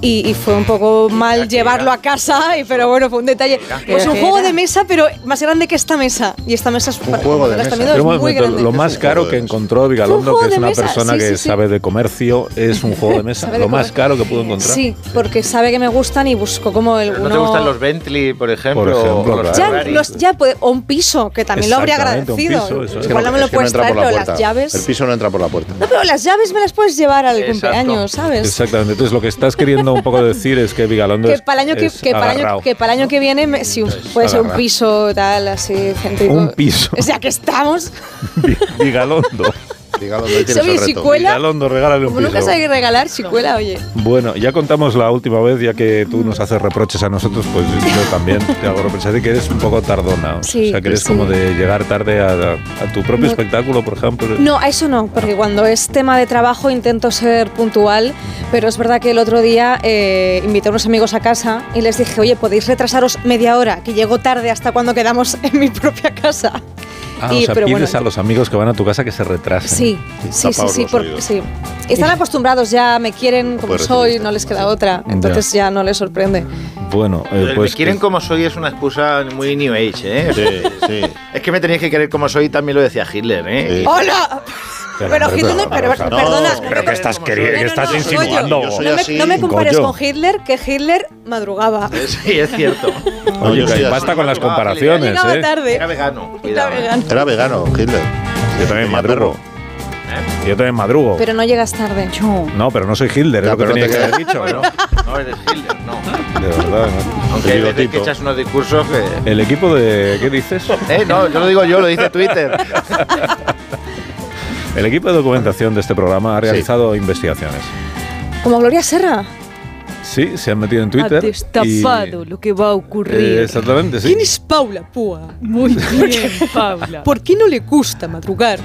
S6: Y, y fue un poco mal llevarlo a casa, y, pero bueno, fue un detalle. Pues un juego de mesa, pero más grande que esta mesa. Y esta mesa es
S7: Un juego de
S6: la
S7: mesa.
S1: Pero
S6: Estamina es
S1: un
S6: muy
S1: momento,
S6: grande.
S1: lo más caro que encontró Vigalondo,
S6: juego
S1: que es
S6: de
S1: una
S6: mesa,
S1: persona
S6: sí,
S1: que
S6: sí, sí.
S1: sabe de comercio, es un juego de mesa.
S6: Sabe de
S1: lo más
S6: comercio.
S1: caro que pudo encontrar.
S6: Sí, porque sabe que me gustan y busco como el
S4: Pero
S6: uno...
S4: ¿No te gustan los Bentley, por ejemplo?
S1: Por ejemplo,
S4: o los
S1: claro.
S6: Ya,
S4: Ferrari?
S6: los- ya puede- o un piso, que también lo habría
S1: Exactamente, un
S6: agradecido.
S1: piso, eso es.
S6: Igual no me
S7: Es
S6: lo
S7: que no
S6: puedes
S7: entra
S6: traer,
S7: por la
S6: pero
S7: puerta.
S6: las llaves.
S7: El piso no entra por la puerta.
S6: No, pero las llaves me las puedes llevar al
S4: Exacto.
S6: cumpleaños, ¿sabes?
S1: Exactamente. Entonces, lo que estás queriendo un poco decir es que Vigalondo
S6: Que
S1: es-
S6: para, el año que,
S1: es
S6: que para el año,
S1: agarrao.
S6: que para el año que viene, me- si un- puede ser un
S1: agarrao.
S6: piso, tal, así, céntrico.
S1: Un piso.
S6: O sea, que estamos.
S1: Vi- Vigalondo.
S7: Vigalondo, ahí tienes
S6: Soy
S7: el reto.
S6: chicuela.
S1: Vigalondo, regálale un
S6: Como nunca
S1: piso.
S6: sabéis regalar, chicuela, oye.
S1: Bueno, ya contamos la última vez, ya que tú nos haces reproches a nosotros, pues yo también te hago reproches de que eres un poco tardona.
S6: Sí,
S1: o sea, que eres
S6: sí.
S1: como de llegar tarde a, a tu propio
S6: No.
S1: espectáculo, por ejemplo.
S6: No, a eso no, porque cuando es tema de trabajo intento ser puntual, pero es verdad que el otro día eh, invité a unos amigos a casa y les dije, oye, podéis retrasaros media hora, que llego tarde hasta cuando quedamos en mi propia casa.
S1: ah,
S6: y-
S1: o sea,
S6: pero
S1: pides
S6: bueno,
S1: a los amigos que van a tu casa que se retrasen.
S6: Sí, sí, sí,
S7: Tapaos
S6: sí,
S7: los
S6: porque-
S7: oídos.
S6: sí. Están acostumbrados ya, me quieren como
S7: puedes
S6: soy,
S7: resistir,
S6: no les queda
S7: sí.
S6: otra,
S1: Ya.
S6: entonces ya no les sorprende.
S1: Bueno, eh,
S4: Lo del
S1: pues...
S4: me quieren
S1: que-
S4: como soy es una excusa muy new age, ¿eh?
S7: Sí, sí.
S4: Es que me tenéis que querer como soy, también lo decía Hitler, ¿eh?
S7: Sí.
S2: ¡Hola! Pero Hitler, pero
S7: o sea, no,
S2: perdona.
S1: Pero que estás, queri-
S6: No,
S1: que
S6: no,
S1: estás
S6: no,
S1: insinuando.
S7: Goyo. Yo soy
S6: No me,
S7: así.
S6: no me compares
S1: Goyo.
S6: con Hitler, que Hitler madrugaba.
S4: Sí, es cierto.
S7: No,
S1: Oye,
S7: yo
S1: que
S7: soy
S1: basta
S7: así.
S1: con las
S4: Ah,
S1: comparaciones,
S6: Llegaba
S1: ¿eh?
S6: tarde.
S4: Era vegano.
S6: Era
S4: cuidado. ¿eh?
S6: vegano.
S7: Era vegano, Hitler.
S1: Yo también
S7: Tenía
S1: madrugo.
S7: perro.
S1: Yo también madrugo.
S6: Pero no llegas tarde.
S9: Yo.
S1: No, pero no soy Hitler, es
S7: Ya,
S1: lo que
S7: pero no
S1: tenía
S7: te
S1: que haber
S7: quedas-
S1: dicho, ¿no?
S4: No eres Hitler, no.
S1: De verdad. ¿no?
S4: Aunque hay veces que
S7: bigotito.
S4: echas unos discursos que...
S1: El equipo de... ¿Qué dices?
S4: Eh, no, yo lo digo yo, lo dice Twitter.
S1: El equipo de documentación de este programa ha realizado investigaciones.
S6: Como Gloria Serra.
S1: Sí, se han metido en Twitter.
S5: Ha
S1: y-
S5: destapado lo que va a ocurrir.
S1: Eh, exactamente, sí.
S11: ¿Quién es Paula Púa?
S5: Muy bien, Paula.
S11: ¿Por qué no le gusta madrugar?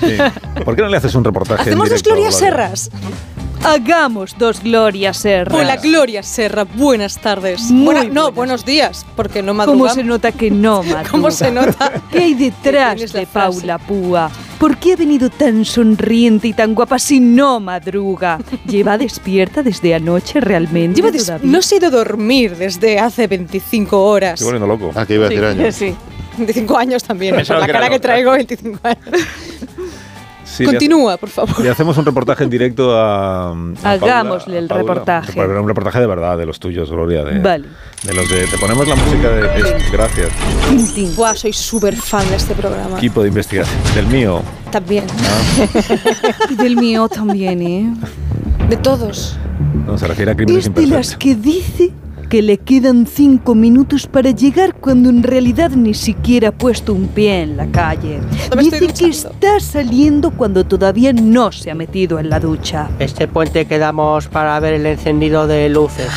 S1: Sí. ¿Por qué no le haces un reportaje? en
S6: Hacemos dos
S1: directo,
S6: Gloria
S1: Gloria?
S6: Serras.
S5: Hagamos dos glorias Serra.
S11: Hola Gloria Serra, buenas tardes.
S5: Muy
S11: Buena- no,
S5: buenas.
S11: buenos días, porque no
S5: ¿Cómo
S11: madrugamos.
S5: se nota que no madruga?
S11: ¿Cómo se nota?
S5: ¿Qué hay
S11: Que
S5: detrás
S11: tienes la
S5: de
S11: frase.
S5: Paula Púa? ¿Por qué ha venido tan sonriente y tan guapa si no madruga? ¿Lleva despierta desde anoche realmente?
S11: Llevo des-
S5: todavía?
S11: no he ido a dormir desde hace 25 horas.
S1: Estoy volviendo loco.
S7: Ah, que iba a decir años.
S3: Sí.
S11: 25 años también, por
S4: Pensaba
S11: la
S4: que era
S11: cara que
S4: otra.
S11: traigo, 25 años.
S1: Sí, le hace-
S11: Continúa, por
S1: Le
S11: favor.
S1: hacemos un reportaje en directo a. a Paula-
S5: Hagámosle el
S1: a Paula.
S5: reportaje.
S1: Pero un reportaje de verdad, de los tuyos, Gloria. De,
S5: Vale.
S1: De los de. Te ponemos la música de. Gracias.
S5: Tintín.
S6: Buah, soy súper fan de este programa.
S1: Equipo de investigación. Del mío.
S6: También.
S4: Ah.
S5: Y del mío también, ¿eh?
S6: De todos.
S1: No, se refiere a crímenes
S5: Es de las
S1: imperfectos.
S5: que dice que le quedan cinco minutos para llegar cuando en realidad ni siquiera ha puesto un pie en la calle.
S11: No me
S5: dice
S11: estoy
S5: que
S11: duchando.
S5: está saliendo cuando todavía no se ha metido en la ducha.
S12: Este puente quedamos para ver el encendido de luces.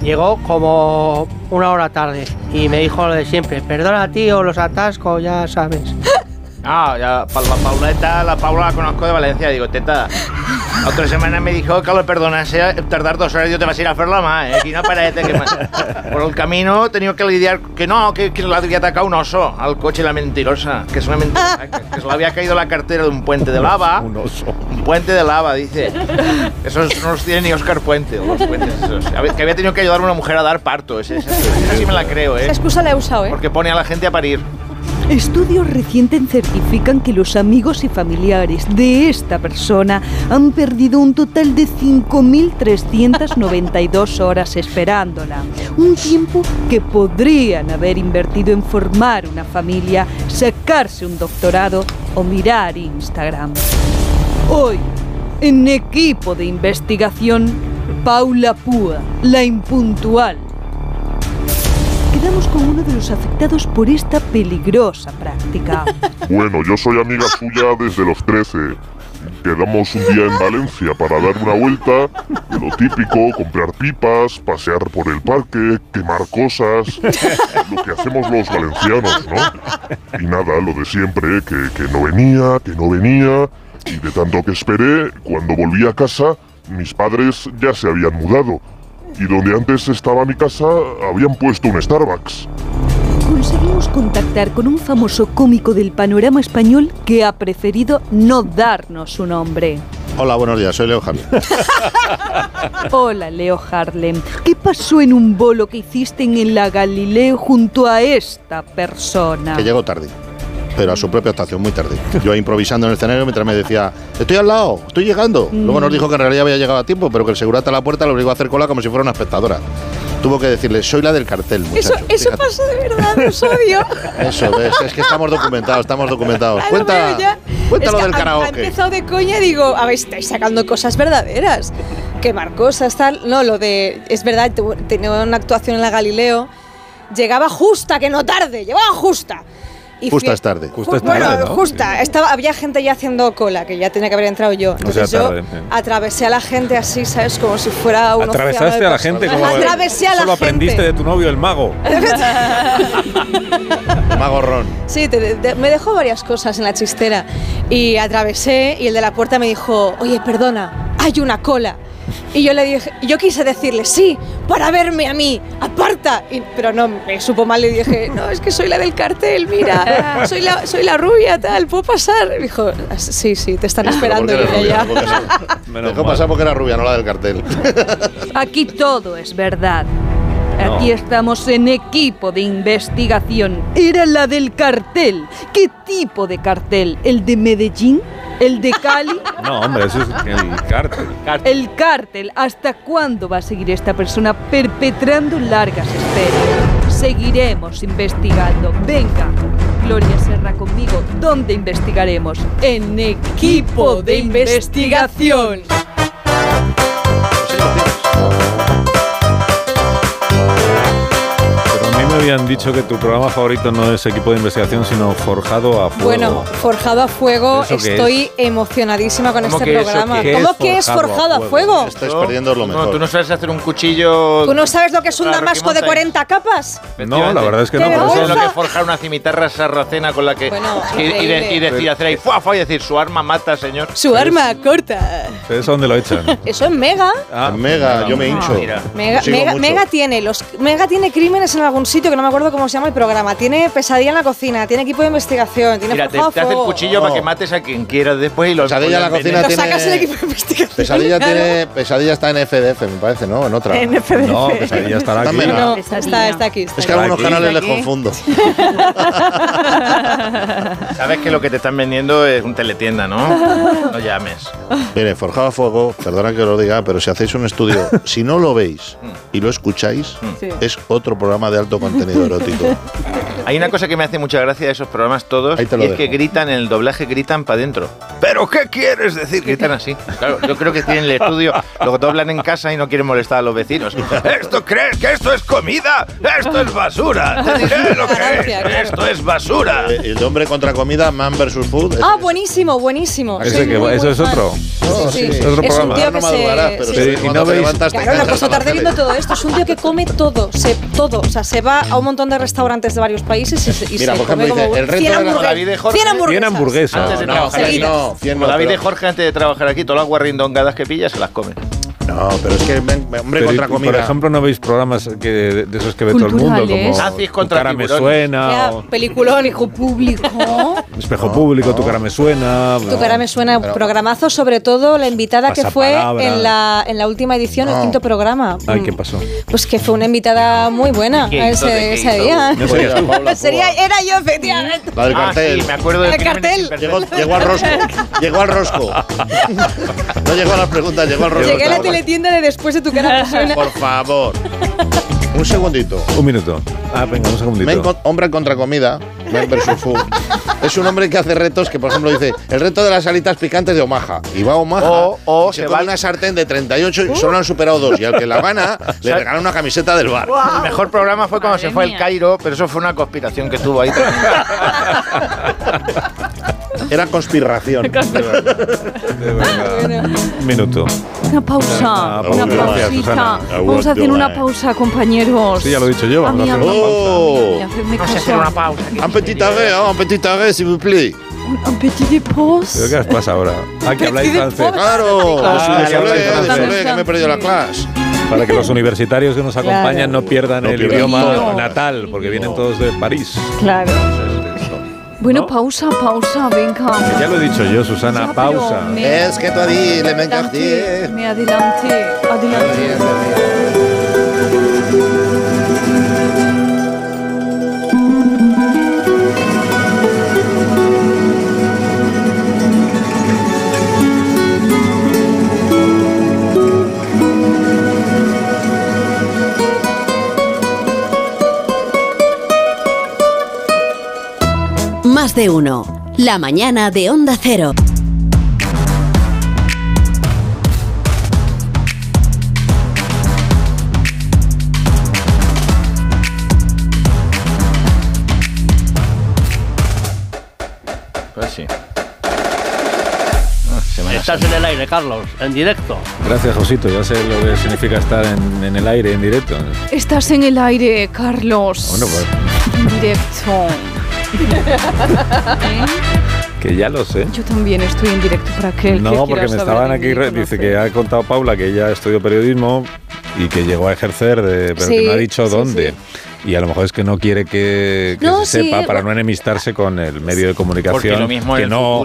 S12: Llegó como una hora tarde y me dijo lo de siempre, perdona tío, los atascos, ya sabes.
S4: Ah, ya, pa- la Pauleta, la Paula la conozco de Valencia, digo, teta. La otra semana me dijo que lo perdonase eh, tardar dos horas y yo te vas a ir a hacer la más, eh, aquí no parece que más. Por el camino he tenido que lidiar, que no, que, que la había atacado un oso al coche la mentirosa, que es una mentirosa, que, que se le había caído la cartera de un puente de lava,
S1: Un oso.
S4: un puente de lava, dice. Esos no los tiene ni Oscar Puente, los puentes esos. A ver, Que había tenido que ayudar a una mujer a dar parto, ese, ese, esa sí me la creo,
S6: Esta
S4: eh.
S6: excusa la he usado, ¿eh?
S4: Porque pone a la gente a parir.
S5: Estudios recientes certifican que los amigos y familiares de esta persona han perdido un total de 5.392 horas esperándola. Un tiempo que podrían haber invertido en formar una familia, sacarse un doctorado o mirar Instagram. Hoy, en equipo de investigación, Paula Púa, la impuntual. Quedamos con uno de los afectados por esta peligrosa práctica.
S13: Bueno, yo soy amiga suya desde los 13. Quedamos un día en Valencia para dar una vuelta, de lo típico, comprar pipas, pasear por el parque, quemar cosas, lo que hacemos los valencianos, ¿no? Y nada, lo de siempre, que, que no venía, que no venía, y de tanto que esperé, cuando volví a casa, mis padres ya se habían mudado, y donde antes estaba mi casa, habían puesto un Starbucks.
S5: Conseguimos contactar con un famoso cómico del panorama español que ha preferido no darnos su nombre.
S7: Hola, buenos días, soy Leo Javier.
S5: Hola, Leo Harlem. ¿Qué pasó en un bolo que hiciste en la Galileo junto a esta persona?
S7: que llegó tarde, pero a su propia estación, muy tarde. Yo ahí improvisando en el escenario mientras me decía, estoy al lado, estoy llegando. Luego
S6: Mm.
S7: nos dijo que en realidad había llegado a tiempo, pero que el segurata a la puerta lo obligó a hacer cola como si fuera una espectadora. Tuvo que decirle, soy la del cartel,
S6: Eso,
S7: muchacho.
S6: eso
S7: Fíjate.
S6: pasó de verdad, os odio.
S7: Eso, es, es que estamos documentados, estamos documentados.
S6: Ah, lo
S7: Pues Cuenta,
S6: veo ya.
S7: cuéntalo
S6: Es que
S7: del
S6: ha- Ha
S7: karaoke.
S6: empezado de coña y digo, a ver, estáis sacando cosas verdaderas. Quemar cosas, tal. No, lo de. Es verdad, tu- tenía una actuación en la Galileo. Llegaba justa, que no tarde, llegaba justa. Y
S7: Justa
S6: fui-
S7: es tarde.
S1: Justa es
S6: bueno,
S1: tarde, ¿no?
S6: justa. Estaba, había gente ya haciendo cola, que ya tenía que haber entrado yo. Entonces yo
S1: tarde, sí.
S6: atravesé a la gente así, ¿sabes? Como si fuera un océano
S1: Atravesaste
S6: de
S1: a la
S6: personas.
S1: gente como
S6: Atravesé a la
S1: solo aprendiste de tu novio el mago.
S7: Mago Ron.
S6: Sí, te- te- me dejó varias cosas en la chistera. Y atravesé y el de la puerta me dijo, oye, perdona, hay una cola. Y yo le dije, yo quise decirle, sí, para verme a mí, aparta. Y- pero no, me supo mal y dije, no, es que soy la del cartel, mira, soy la, soy la rubia, tal, ¿puedo pasar? Y dijo, sí, sí, te están esperando.
S7: Porque eres
S6: y yo
S7: rubia,
S6: ya.
S7: tampoco es- Dejó pasar porque era rubia, no la del cartel.
S5: Aquí todo es verdad.
S7: No.
S5: Aquí estamos en equipo de investigación. Era la del cartel. ¿Qué tipo de cartel? ¿El de Medellín? ¿El de Cali?
S1: No, hombre, eso es el cártel.
S5: El cártel, ¿hasta cuándo va a seguir esta persona perpetrando largas esperas? Seguiremos investigando. Venga, Gloria Serra conmigo. ¿Dónde investigaremos? En equipo de investigación.
S1: Pero a mí me habían dicho que tu programa favorito no es equipo de investigación, sino forjado a fuego.
S6: Bueno, Forjado a Fuego,
S1: ¿Eso qué
S6: estoy emocionadísima con
S1: ¿Cómo
S6: este
S1: que eso
S6: programa.
S1: qué?
S6: ¿Cómo
S1: ¿Qué
S6: que es Forjado a Fuego?
S7: Estáis perdiendo lo mejor.
S4: No, tú no sabes hacer un cuchillo.
S6: ¿Tú no sabes lo que es un
S4: Claro,
S6: damasco
S4: Rocky
S6: de 40 capas?
S1: No, la verdad es que no.
S6: ¡Qué
S1: por eso-
S4: Es lo que forjar una cimitarra sarracena con la que. y, y de- y
S6: increíble.
S4: decir, hacer ahí, ¡fua, fua! Y decir, su arma mata, señor.
S6: Su arma corta.
S1: ¿Ustedes a dónde lo echan?
S6: Eso es mega.
S1: Ah,
S7: mega, yo me hincho.
S6: Mega,
S7: Sigo
S6: Mega-
S7: mucho.
S6: Mega tiene los Mega tiene crímenes en algún sitio que no me acuerdo cómo se llama el programa. Tiene pesadilla en la cocina, tiene equipo de investigación, tiene
S4: Mira, te,
S6: forjado
S4: te
S6: a
S4: hace el
S6: fuego.
S4: cuchillo para que mates a quien quieras después
S1: Pues
S4: y lo
S7: Pesadilla en la
S4: lo
S7: cocina
S4: envenenas.
S7: tiene- Lo sacas el equipo Pesadilla
S6: Claro.
S7: tiene. Pesadilla está en FDF, me parece, ¿no? En otra.
S6: En FDF.
S7: No,
S1: pues
S7: pesadilla estará aquí.
S6: No, está, está aquí. está
S7: Es que
S6: aquí.
S7: algunos canales les
S6: Está aquí.
S7: confundo.
S4: Sabes que lo que te están vendiendo es un teletienda, ¿no? No llames.
S7: Mire, Forjado a Fuego, perdona que lo diga, pero si hacéis un estudio, si no lo veis y lo escucháis,
S6: Mm.
S4: Sí.
S7: es otro programa de alto contenido erótico.
S6: Ah.
S4: Hay una cosa que me hace mucha gracia de esos programas todos, y
S7: Ahí
S4: es
S7: te lo
S4: que
S7: dejo.
S4: gritan, en el doblaje gritan para adentro. ¿Pero qué quieres decir? Gritan así. Claro, yo creo que tienen el estudio, luego doblan en casa y no quieren molestar a los vecinos. ¿Esto crees que esto es comida? ¡Esto es basura! ¡Te diré lo que es! ¡Esto es basura!
S7: Eh, El hombre contra comida, man versus food.
S6: Ah, buenísimo, buenísimo.
S7: Ese
S6: Soy
S7: que-
S6: muy
S7: eso
S6: buen
S7: es
S6: fan.
S7: otro.
S6: Sí, sí, sí.
S7: Es otro
S6: Es un
S7: programa.
S6: tío
S7: No
S6: que se.
S7: madrugarás, pero
S6: sí,
S7: sí,
S6: sí.
S7: y cuando no te veis- levantas, te
S6: Claro, no
S7: enganchas
S6: puedo
S7: a la
S6: tardar
S7: tele.
S6: viendo todo esto. Es un tío que come todo, se, todo. O sea, se va a un montón de restaurantes de varios países y se, y
S7: Mira,
S6: se
S7: por
S6: come
S7: ejemplo, dice,
S6: como
S7: el reto de
S6: 100
S7: la-
S6: hamburguesas.
S7: David de Jorge.
S6: 100 hamburguesas.
S7: Cien hamburguesas.
S4: Antes de
S7: No,
S4: trabajar
S7: no,
S4: aquí.
S7: no, cien
S4: Como
S7: no,
S4: David de
S7: pero-
S4: Jorge antes de trabajar aquí, todas las guarrindongadas que pilla se las come.
S7: No, pero es que men- hombre
S1: Pero,
S7: contra
S1: y,
S7: comida.
S1: Por ejemplo, no veis programas que, de, de esos que ve todo el mundo,
S4: Culturales.
S1: como
S4: Nazis
S1: Tu
S4: Ah, contra
S1: cara me
S4: tiburones.
S1: suena, o
S6: Peliculón. Hijo público.
S1: Espejo Público, Tu cara me suena.
S6: Tu cara me suena
S1: Pero-
S6: programazo, sobre todo la invitada que fue
S1: Pasapalabra.
S6: en la, en la última edición, el
S1: No.
S6: quinto programa.
S1: Ay, ¿qué pasó?
S6: Pues que fue una invitada muy buena
S1: ¿De quinto,
S6: ese,
S1: de
S6: ese
S1: quinto?
S6: día. Pues
S1: No serías tú. Paula
S6: Sería, Ah, era yo, efectivamente.
S7: La del cartel.
S4: Ah, me acuerdo del
S6: El cartel.
S7: Llegó, llegó al rosco. Llegó al rosco. No llegó a las preguntas, llegó al rosco.
S6: Llegué a la teletienda de después de tu cara me
S5: Eh,
S6: suena.
S7: Por favor. Un segundito.
S1: Un minuto. Ah, venga, un segundito.
S7: Men con- hombre contra comida, men versus food. Es un hombre que hace retos que, por ejemplo, dice el reto de las alitas picantes de Omaha. Y va a Omaha
S4: O- o
S7: y se,
S4: se
S7: va
S4: va-
S7: una sartén de 38 y solo han superado dos. Y al que la gana, le
S4: Sa-
S7: regalan una camiseta del bar.
S4: El mejor programa fue cuando se fue al Cairo, pero eso fue una conspiración que tuvo ahí.
S7: Era conspiración.
S1: Un minuto.
S5: Una pausa,
S1: Una
S5: una
S1: pausa,
S5: pausita.
S1: Susana.
S5: Vamos a hacer una pausa, compañeros.
S1: Sí, ya lo he dicho yo, vamos a
S5: mí
S1: hacer
S5: habla-
S1: una
S7: pausa.
S5: Mira, hacedme caso.
S4: pausa.
S7: Un petit arrêt, hein, un petit arrêt, s'il vous plaît.
S5: Un petit depós.
S1: ¿Pero qué os pasa ahora? Ah, que habláis francés.
S7: Claro,
S1: Ah,
S7: désolé,
S1: habláis
S7: désolé,
S1: francés.
S7: que me he perdido la clase.
S1: Para que los universitarios que nos acompañan no pierdan
S7: No
S1: el
S7: pierdan
S1: idioma
S7: todo.
S1: natal, porque vienen todos de París.
S5: Claro. Bueno, pausa, pausa, venga.
S1: Ya lo he dicho yo, Susana, pausa. Eh,
S5: me-
S7: Es que tú a mí le me encarté.
S5: Me adelanté, adelanté.
S10: Más de uno. La mañana de Onda Cero.
S4: Pues sí. Ah, se me la
S14: Estás
S4: sé.
S14: en el aire, Carlos, en directo.
S1: Gracias, Josito. Ya sé lo que significa estar en, en el aire, en directo.
S9: Estás en el aire, Carlos.
S1: Bueno, pues
S9: En Directo. ¿Eh?
S1: que ya lo sé.
S9: Yo también estoy en directo para que el que
S1: No, porque
S9: quiera
S1: me
S9: saber
S1: estaban
S9: de
S1: aquí,
S9: mí
S1: re- dice que ha contado Paula que ella estudió periodismo y que llegó a ejercer, de, pero que
S6: Sí,
S1: no ha dicho
S6: sí,
S1: dónde. Y a lo mejor es que no quiere que, que
S6: No,
S1: se
S6: sí, eh,
S1: sepa para
S6: bueno.
S1: no enemistarse con el medio de comunicación
S4: lo mismo en
S1: que,
S4: el
S1: no,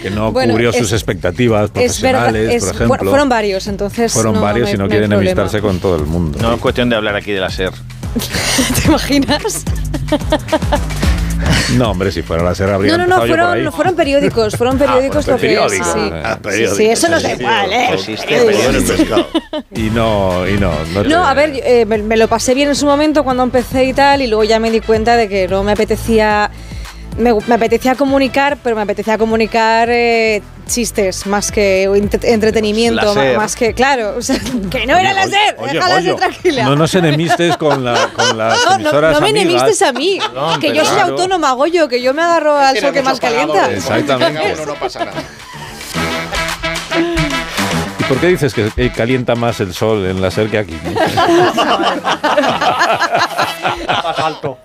S1: que no
S6: Bueno,
S1: cubrió
S6: es-
S1: sus expectativas
S6: Es verdad,
S1: profesionales,
S6: es-
S1: por ejemplo.
S6: fueron- fueron varios, entonces.
S1: Fueron
S6: no,
S1: varios
S6: no hay-
S1: y no,
S6: no hay
S1: quieren
S6: problema.
S1: enemistarse con todo el mundo.
S4: No es cuestión de hablar aquí de la SER.
S6: ¿Te imaginas?
S1: No, hombre, si fuera la SER habría
S6: No, no, no,
S1: empezado yo por ahí. Ah,
S6: fueron, fueron periódicos, fueron periódicos
S1: fueron
S6: lo que es.
S1: periódicos.
S6: sí.
S1: Ah,
S6: Sí, sí,
S1: periódicos,
S6: eso no da
S1: sí,
S6: igual, ¿eh?
S1: Y no, y no. No, te-
S6: No, a ver, eh, me, me lo pasé bien en su momento cuando empecé y tal, y luego ya me di cuenta de que no me apetecía. Me, me apetecía comunicar, pero me apetecía comunicar eh, chistes más que int- entretenimiento, ma-
S1: Placer.
S6: más que. Claro, o sea, que no era la SER,
S1: Pues Oye,
S6: déjala
S1: Goyo,
S6: ser tranquila.
S1: No nos enemistes con, la, con las
S6: No, no,
S1: emisoras
S6: no me
S1: amigas.
S6: enemistes a mí,
S1: Perdón,
S6: que yo soy
S1: claro.
S6: autónoma, Goyo, que yo me agarro al
S7: Tiene
S6: sol que más
S7: muchos
S6: calienta.
S7: pagadores.
S1: Exactamente.
S7: Venga, uno, no pasa nada.
S1: ¿Y por qué dices que eh, calienta más el sol en la SER que aquí?
S14: Asalto.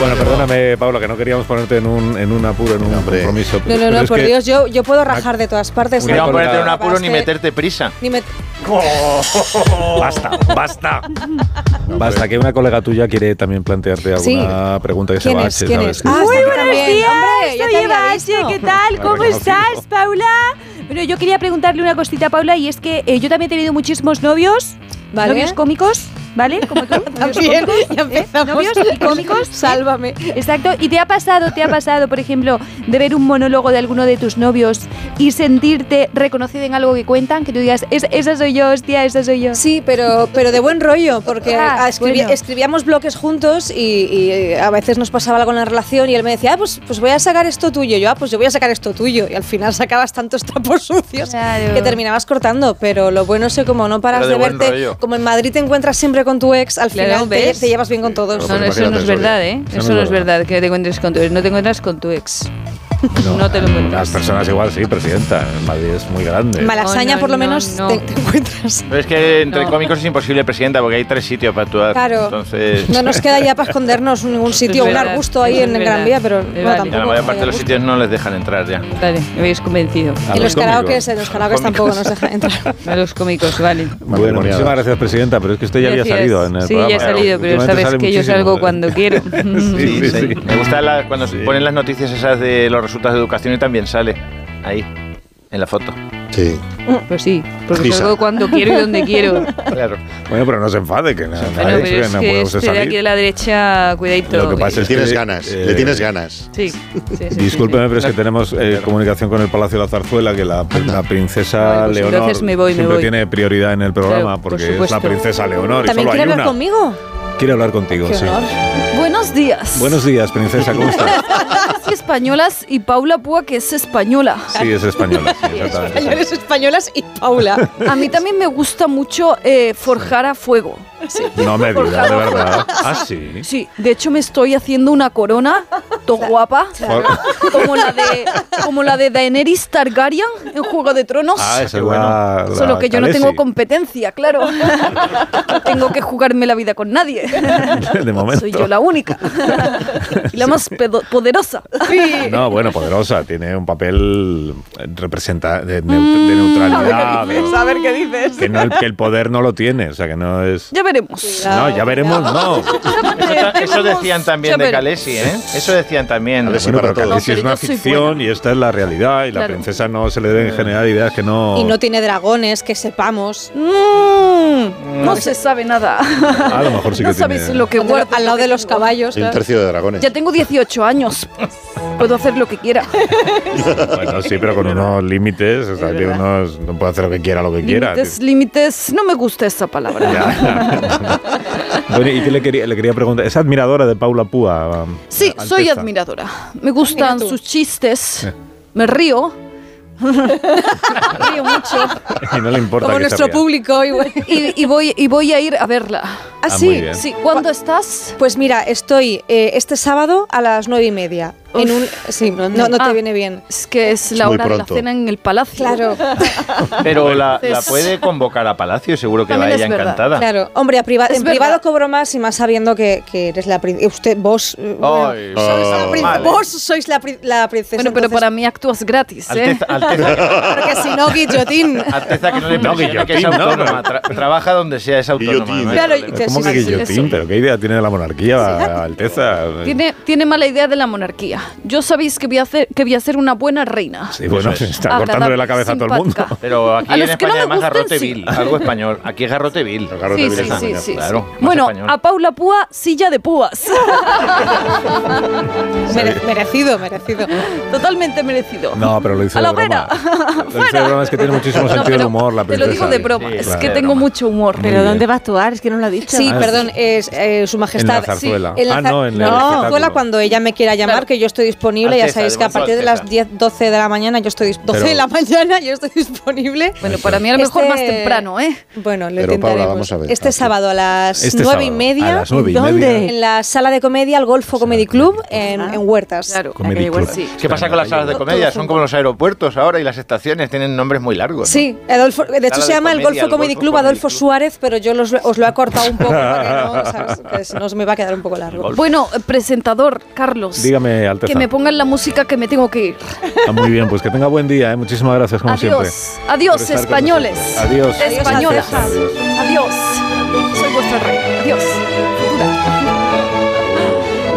S1: Bueno, perdóname, Paula, que no queríamos ponerte en un, en un apuro, en un compromiso.
S6: No, no,
S1: pero
S6: no,
S1: es
S6: por
S1: que-
S6: Dios, yo, yo puedo rajar de todas partes.
S1: Una
S6: ¿no?
S1: colgada.
S4: Ponerte en un apuro
S6: Capaz
S4: ni
S6: que-
S4: meterte prisa.
S6: Ni me-
S4: Basta, basta.
S1: Basta, que una colega tuya quiere también plantearte
S6: Sí.
S1: alguna pregunta que se
S6: ¿Quién
S1: va a
S6: es? ¿Quién es? Ah,
S8: Muy
S6: está
S8: buenos
S6: también.
S8: días,
S6: Hombre, ya te
S8: soy
S6: había
S8: Eva
S6: visto.
S8: H, ¿qué tal?
S6: La
S8: ¿Cómo
S6: reconocido.
S8: estás, Paula? Bueno, yo quería preguntarle una cosita a Paula y es que eh, yo también he tenido muchísimos novios,
S6: Vale.
S8: novios cómicos, ¿vale? Como tú, novios
S6: También,
S8: cómicos,
S6: ya
S8: ¿eh?
S6: empezamos.
S8: Novios y cómicos.
S6: Sálvame.
S8: Exacto, y te ha pasado, te ha pasado, por ejemplo, de ver un monólogo de alguno de tus novios y sentirte reconocido en algo que cuentan, que tú digas, "Es- esa soy yo, hostia, esa soy yo.
S6: Sí, pero, pero de buen rollo, porque
S8: Ah,
S6: ah, escribi-
S8: bueno.
S6: escribíamos bloques juntos y, y, eh, a veces nos pasaba algo en la relación y él me decía, ah, pues, pues voy a sacar esto tuyo, yo, ah, pues yo voy a sacar esto tuyo. Y al final sacabas tantos trapos sucios que terminabas cortando, pero lo bueno es que como no paras
S8: Pero de
S6: de,
S8: buen
S6: verte,
S8: rollo.
S6: como en Madrid te encuentras siempre con tu ex, al
S15: Claro,
S6: final te,
S15: ¿ves?
S6: te llevas bien con todos.
S15: No, no, eso no es verdad, ¿eh? Eso, no es verdad, que te encuentres con tu ex. No te encuentras con tu ex. No, te lo encuentras.
S1: Las personas igual, sí, presidenta. Madrid es muy grande.
S15: No,
S6: Malasaña,
S15: no,
S6: por lo
S15: no,
S6: menos,
S15: no.
S6: te- te encuentras.
S4: Pero es que entre
S6: No.
S4: cómicos es imposible, presidenta, porque hay tres sitios para actuar.
S6: Claro.
S4: Entonces.
S6: No nos queda ya para escondernos en ningún sitio, un
S15: verdad,
S6: arbusto
S15: eso
S6: ahí
S15: es
S6: en
S15: verdad.
S6: Gran Vía, pero no,
S15: vale.
S4: Ya
S6: tampoco.
S4: la mayor parte de
S6: vaya
S4: los sitios no les dejan entrar ya.
S15: Vale, me habéis convencido.
S1: A
S6: Y
S1: los
S6: los
S1: cómicos.
S6: karaokes, en los karaokes tampoco nos dejan entrar.
S15: A los cómicos, vale.
S1: Bueno, muchísimas gracias, presidenta, pero es que usted ya había
S15: Gracias.
S1: salido en el
S15: Sí,
S1: programa.
S15: ya he salido, pero
S1: Últimamente
S15: sabes
S1: sale
S15: que yo
S1: muchísimo.
S15: salgo cuando quiero.
S1: Sí, sí, sí.
S4: Me gusta la- cuando se ponen las noticias esas de los resultados de educación y también sale ahí, en la foto.
S7: Sí.
S15: Pues sí, porque
S1: Pisa.
S15: salgo cuando quiero y donde quiero.
S4: Claro.
S1: Bueno, pero no se enfade, que nada,
S15: Bueno,
S1: nada,
S15: pero
S1: que
S15: es
S1: no
S15: que
S1: puede usted
S15: este de
S1: salir.
S15: aquí de la derecha, cuidadito.
S1: Lo que pasa es que
S7: Tienes ganas, le tienes ganas.
S15: Sí, sí, sí, sí.
S1: Discúlpeme, pero es que tenemos eh, comunicación con el Palacio de la Zarzuela, que la, la princesa
S15: pues
S1: Leonor
S15: entonces me voy, me
S1: siempre
S15: voy.
S1: tiene prioridad en el programa
S15: Claro, por
S1: porque es la
S15: supuesto.
S1: princesa Leonor y
S6: ¿También
S1: solo hay
S6: quiere
S1: una.
S6: hablar conmigo?
S1: Quiere hablar contigo, sí.
S16: Buenos días.
S1: Buenos días, princesa, ¿cómo estás?
S16: Soy españolas y Paula Púa, que es española.
S1: Sí, es española, sí, exactamente. sí.
S6: Españoles, españolas y Paula.
S16: A mí también me gusta mucho eh, forjar a fuego.
S1: No me digas,
S16: Forjar
S1: de
S16: a
S1: verdad.
S16: fuego.
S1: Ah, sí.
S16: Sí, de hecho me estoy haciendo una corona, to guapa,
S1: Claro.
S16: como la de como la de Daenerys Targaryen en Juego de Tronos.
S1: Ah, esa es la- la
S16: Solo que yo no
S1: Khaleesi.
S16: tengo competencia, claro. No tengo que jugarme la vida con nadie.
S1: De momento.
S16: Soy yo la única. Y la más pedo- poderosa.
S1: No, bueno, poderosa. Tiene un papel representa de, neut- de neutralidad. de-
S16: A ver qué dices.
S1: que, no, el- que el poder no lo tiene, o sea, que no es...
S16: Ya veremos.
S1: No, ya veremos, no.
S4: Eso, eso decían también
S16: Ya
S4: de
S16: veremos.
S4: Calesi, ¿eh? Eso decían también.
S1: Bueno, pero
S4: todos.
S1: que si es una
S4: No, pero yo soy
S1: ficción y esta es la realidad y la
S6: Claro.
S1: princesa no se le deben generar ideas que no...
S6: Y no tiene dragones, que sepamos.
S16: Mm, no
S15: Mm.
S16: se sabe nada.
S1: A lo mejor sí que
S16: no sabéis
S1: tiene-
S16: lo que guardo. Al lado de los caballos.
S7: Hay un tercio de dragones.
S16: Ya tengo 18 años. Puedo hacer lo que quiera.
S1: bueno, sí, pero con unos límites, o sea, tiene unos, no puede hacer lo que quiera, lo que quiera.
S16: Límites, límites. No me gusta esa palabra.
S1: Bueno, ¿y qué le quería, le quería preguntar? Es admiradora de Paula Púa. um,
S16: Sí, soy
S1: Alteza.
S16: admiradora. Me gustan sus chistes.
S1: Eh.
S16: Me río. río mucho.
S1: Y no le importa que se ría.
S16: público. Y, y voy, y voy a ir a verla.
S6: Ah,
S1: Ah, muy
S6: sí,
S1: bien.
S6: sí. ¿Cuándo estás? Pues mira, estoy eh, este sábado a las nueve y media. en un, sí, no, no te
S16: Ah,
S6: viene bien.
S16: Es que es
S4: Es
S16: la
S4: muy
S16: hora de la
S4: pronto.
S16: cena en el palacio.
S6: Claro.
S4: Pero la, la
S6: Entonces-
S4: puede convocar a Palacio y seguro que
S6: También
S4: va
S6: es
S4: ella
S6: verdad.
S4: encantada.
S6: Claro, hombre, a priva-
S16: Es
S6: en
S16: verdad.
S6: privado cobro más y más sabiendo que, que eres la princesa. Usted, vos. eh, bueno,
S4: Ay,
S6: sois la
S4: oh.
S6: prin-
S4: Vale.
S6: Vos sois la, pri- la princesa. Bueno, pero para
S16: mí actúas gratis, ¿eh?
S4: Alteza, alteza.
S6: Porque si no, guillotín.
S4: Alteza que no le
S1: No,
S4: presione, que es
S1: guillotín, no,
S4: autónoma. Tra- trabaja donde sea, es autónoma. no hay
S16: Claro,
S4: problema.
S16: y-
S1: ¿Cómo que
S16: sí, sí,
S1: guillotín?
S16: eso.
S1: ¿Pero qué idea tiene de la monarquía, Alteza?
S16: Tiene, tiene mala idea de la monarquía. Yo sabéis que voy a hacer, que voy a ser una buena reina.
S1: Sí, bueno,
S4: Eso es.
S1: está cortándole la cabeza a todo el mundo.
S16: simpática.
S4: Pero aquí
S16: A
S4: en
S16: los que no
S4: España
S16: le
S4: además
S16: gusten,
S4: garrote
S16: sí.
S4: vil, algo español. Aquí es garrote vil.
S16: Sí, sí, sí, sí,
S4: Claro,
S16: sí.
S4: más
S16: Bueno,
S4: español.
S16: a Paula Púa, silla de púas.
S6: Mere- merecido, merecido.
S16: Totalmente merecido.
S1: No, pero lo hice
S16: A
S1: de
S16: la
S1: broma.
S16: vera.
S1: Lo hice de broma, es que tiene muchísimo
S16: No,
S1: sentido del
S16: pero
S1: humor la
S16: Te
S1: princesa.
S16: lo digo de broma,
S1: Sí,
S16: es
S1: claro.
S16: que tengo mucho humor.
S1: Pero bien. ¿dónde
S3: va a actuar? Es que no lo ha dicho.
S6: Sí,
S1: Ah,
S6: perdón, es eh, su majestad. sí,
S1: zarzuela.
S6: en la
S1: Ah,
S6: zar-
S1: no, en la-
S6: en
S1: el
S6: la zarzuela
S1: espectáculo.
S6: cuando ella me quiera llamar, que yo estoy disponible. ya
S1: Alteza,
S6: sabéis que a
S1: Alteza,
S6: partir de las
S1: Alteza.
S6: 10, 12 de la mañana yo estoy disponible. 12
S7: Pero-
S6: de la mañana yo estoy disponible.
S16: Bueno, para mí a lo mejor más
S3: Este
S16: temprano, ¿eh?
S6: Este Bueno, lo
S7: Pero, Paula,
S6: intentaremos.
S7: vamos a ver,
S6: este sábado a las
S7: Este
S6: 9 y
S7: sábado,
S6: media.
S7: a las nueve y
S6: ¿Dónde?
S7: media.
S6: En la sala de comedia, al Golfo Comedy Club, en,
S16: Ah,
S6: en Huertas. Claro,
S1: Comedy
S16: Eh,
S1: Club. sí.
S4: ¿Qué pasa con las salas de comedia? Son como los aeropuertos ahora y las estaciones tienen nombres muy largos. ¿no?
S6: Sí, Adolfo, de hecho
S4: Sala
S6: se
S4: de
S6: llama el
S4: comedia,
S6: Golfo
S4: el
S6: Comedy
S4: Golfo
S6: Club
S4: Comedy
S6: Adolfo Suárez, pero yo los- os lo he acortado un poco, para que no, ¿sabes? Que si no se me va a quedar un poco largo.
S16: Bueno, eh, presentador, Carlos.
S1: Dígame, Alteza.
S16: Que me pongan la música que me tengo que ir.
S1: Ah, muy bien, pues que tenga buen día, ¿eh? muchísimas gracias como
S16: Adiós.
S1: siempre. por
S16: Adiós,
S1: estar con
S16: españoles.
S1: nosotros. Adiós.
S16: Españolas.
S1: Adiós.
S16: Adiós. Soy vuestra reina. Adiós.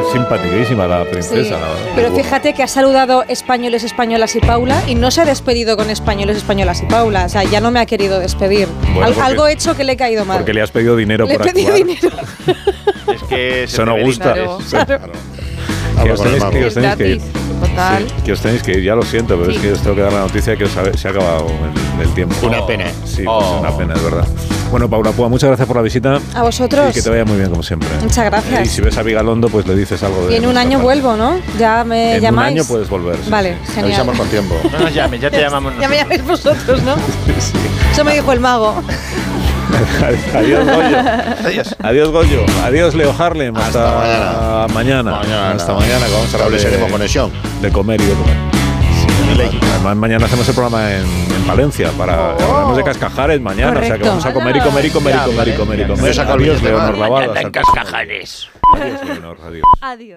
S1: Es simpaticísima la princesa,
S6: Sí,
S1: la verdad.
S6: Pero fíjate que ha saludado españoles, españolas y Paula y no se ha despedido con españoles, españolas y Paula. O sea, ya no me ha querido despedir.
S1: Bueno,
S6: Al-
S1: porque-
S6: algo he hecho que le he caído mal.
S1: Porque le has pedido dinero
S6: Le he
S1: por
S6: pedido
S1: actuar.
S6: dinero.
S4: Es que se
S1: Eso no
S4: debería-
S1: gusta. Que os, tenéis, que os tenéis que ir.
S16: Total.
S1: Sí, que os tenéis que ir, ya lo siento, pero es que os tengo que dar la noticia que os ha- se ha acabado el, el tiempo. Una pena. Sí, pues es una pena, es verdad. Bueno, Paula Púa, muchas gracias por la visita.
S6: A vosotros.
S1: Y que te vaya muy bien, como siempre.
S6: Muchas gracias.
S1: Y si ves a Vigalondo, pues le dices algo de.
S6: Y en un año vuelvo, ¿no? Ya me
S1: En un
S6: llamáis.
S1: año puedes volver. sí,
S6: Vale,
S1: sí.
S6: genial. Avisamos
S1: con tiempo.
S4: No nos llames, ya te llamamos
S6: Ya me llamáis vosotros, ¿no? Eso me dijo el mago.
S1: Adiós, Goyo. Adiós. Adiós, Goyo. Adiós, Leo Harlem. Hasta, mañana. Hasta mañana, que vamos a hablar de-
S7: Estableceremos conexión.
S1: De comer y de comer. Además, mañana hacemos el programa en, en Valencia. Para,
S6: Oh.
S1: Hablamos de cascajares mañana. O sea que
S7: Correcto.
S1: vamos a comer y comer y comer y
S7: Ya,
S1: comer y comer y
S7: Valencia.
S1: comer.
S7: Yo saco el
S1: Adiós,
S7: billete,
S1: Leonor
S7: va.
S1: Lavados.
S7: Mañana en
S1: Cascajares. Adiós, Leonor. Adiós.
S16: Adiós.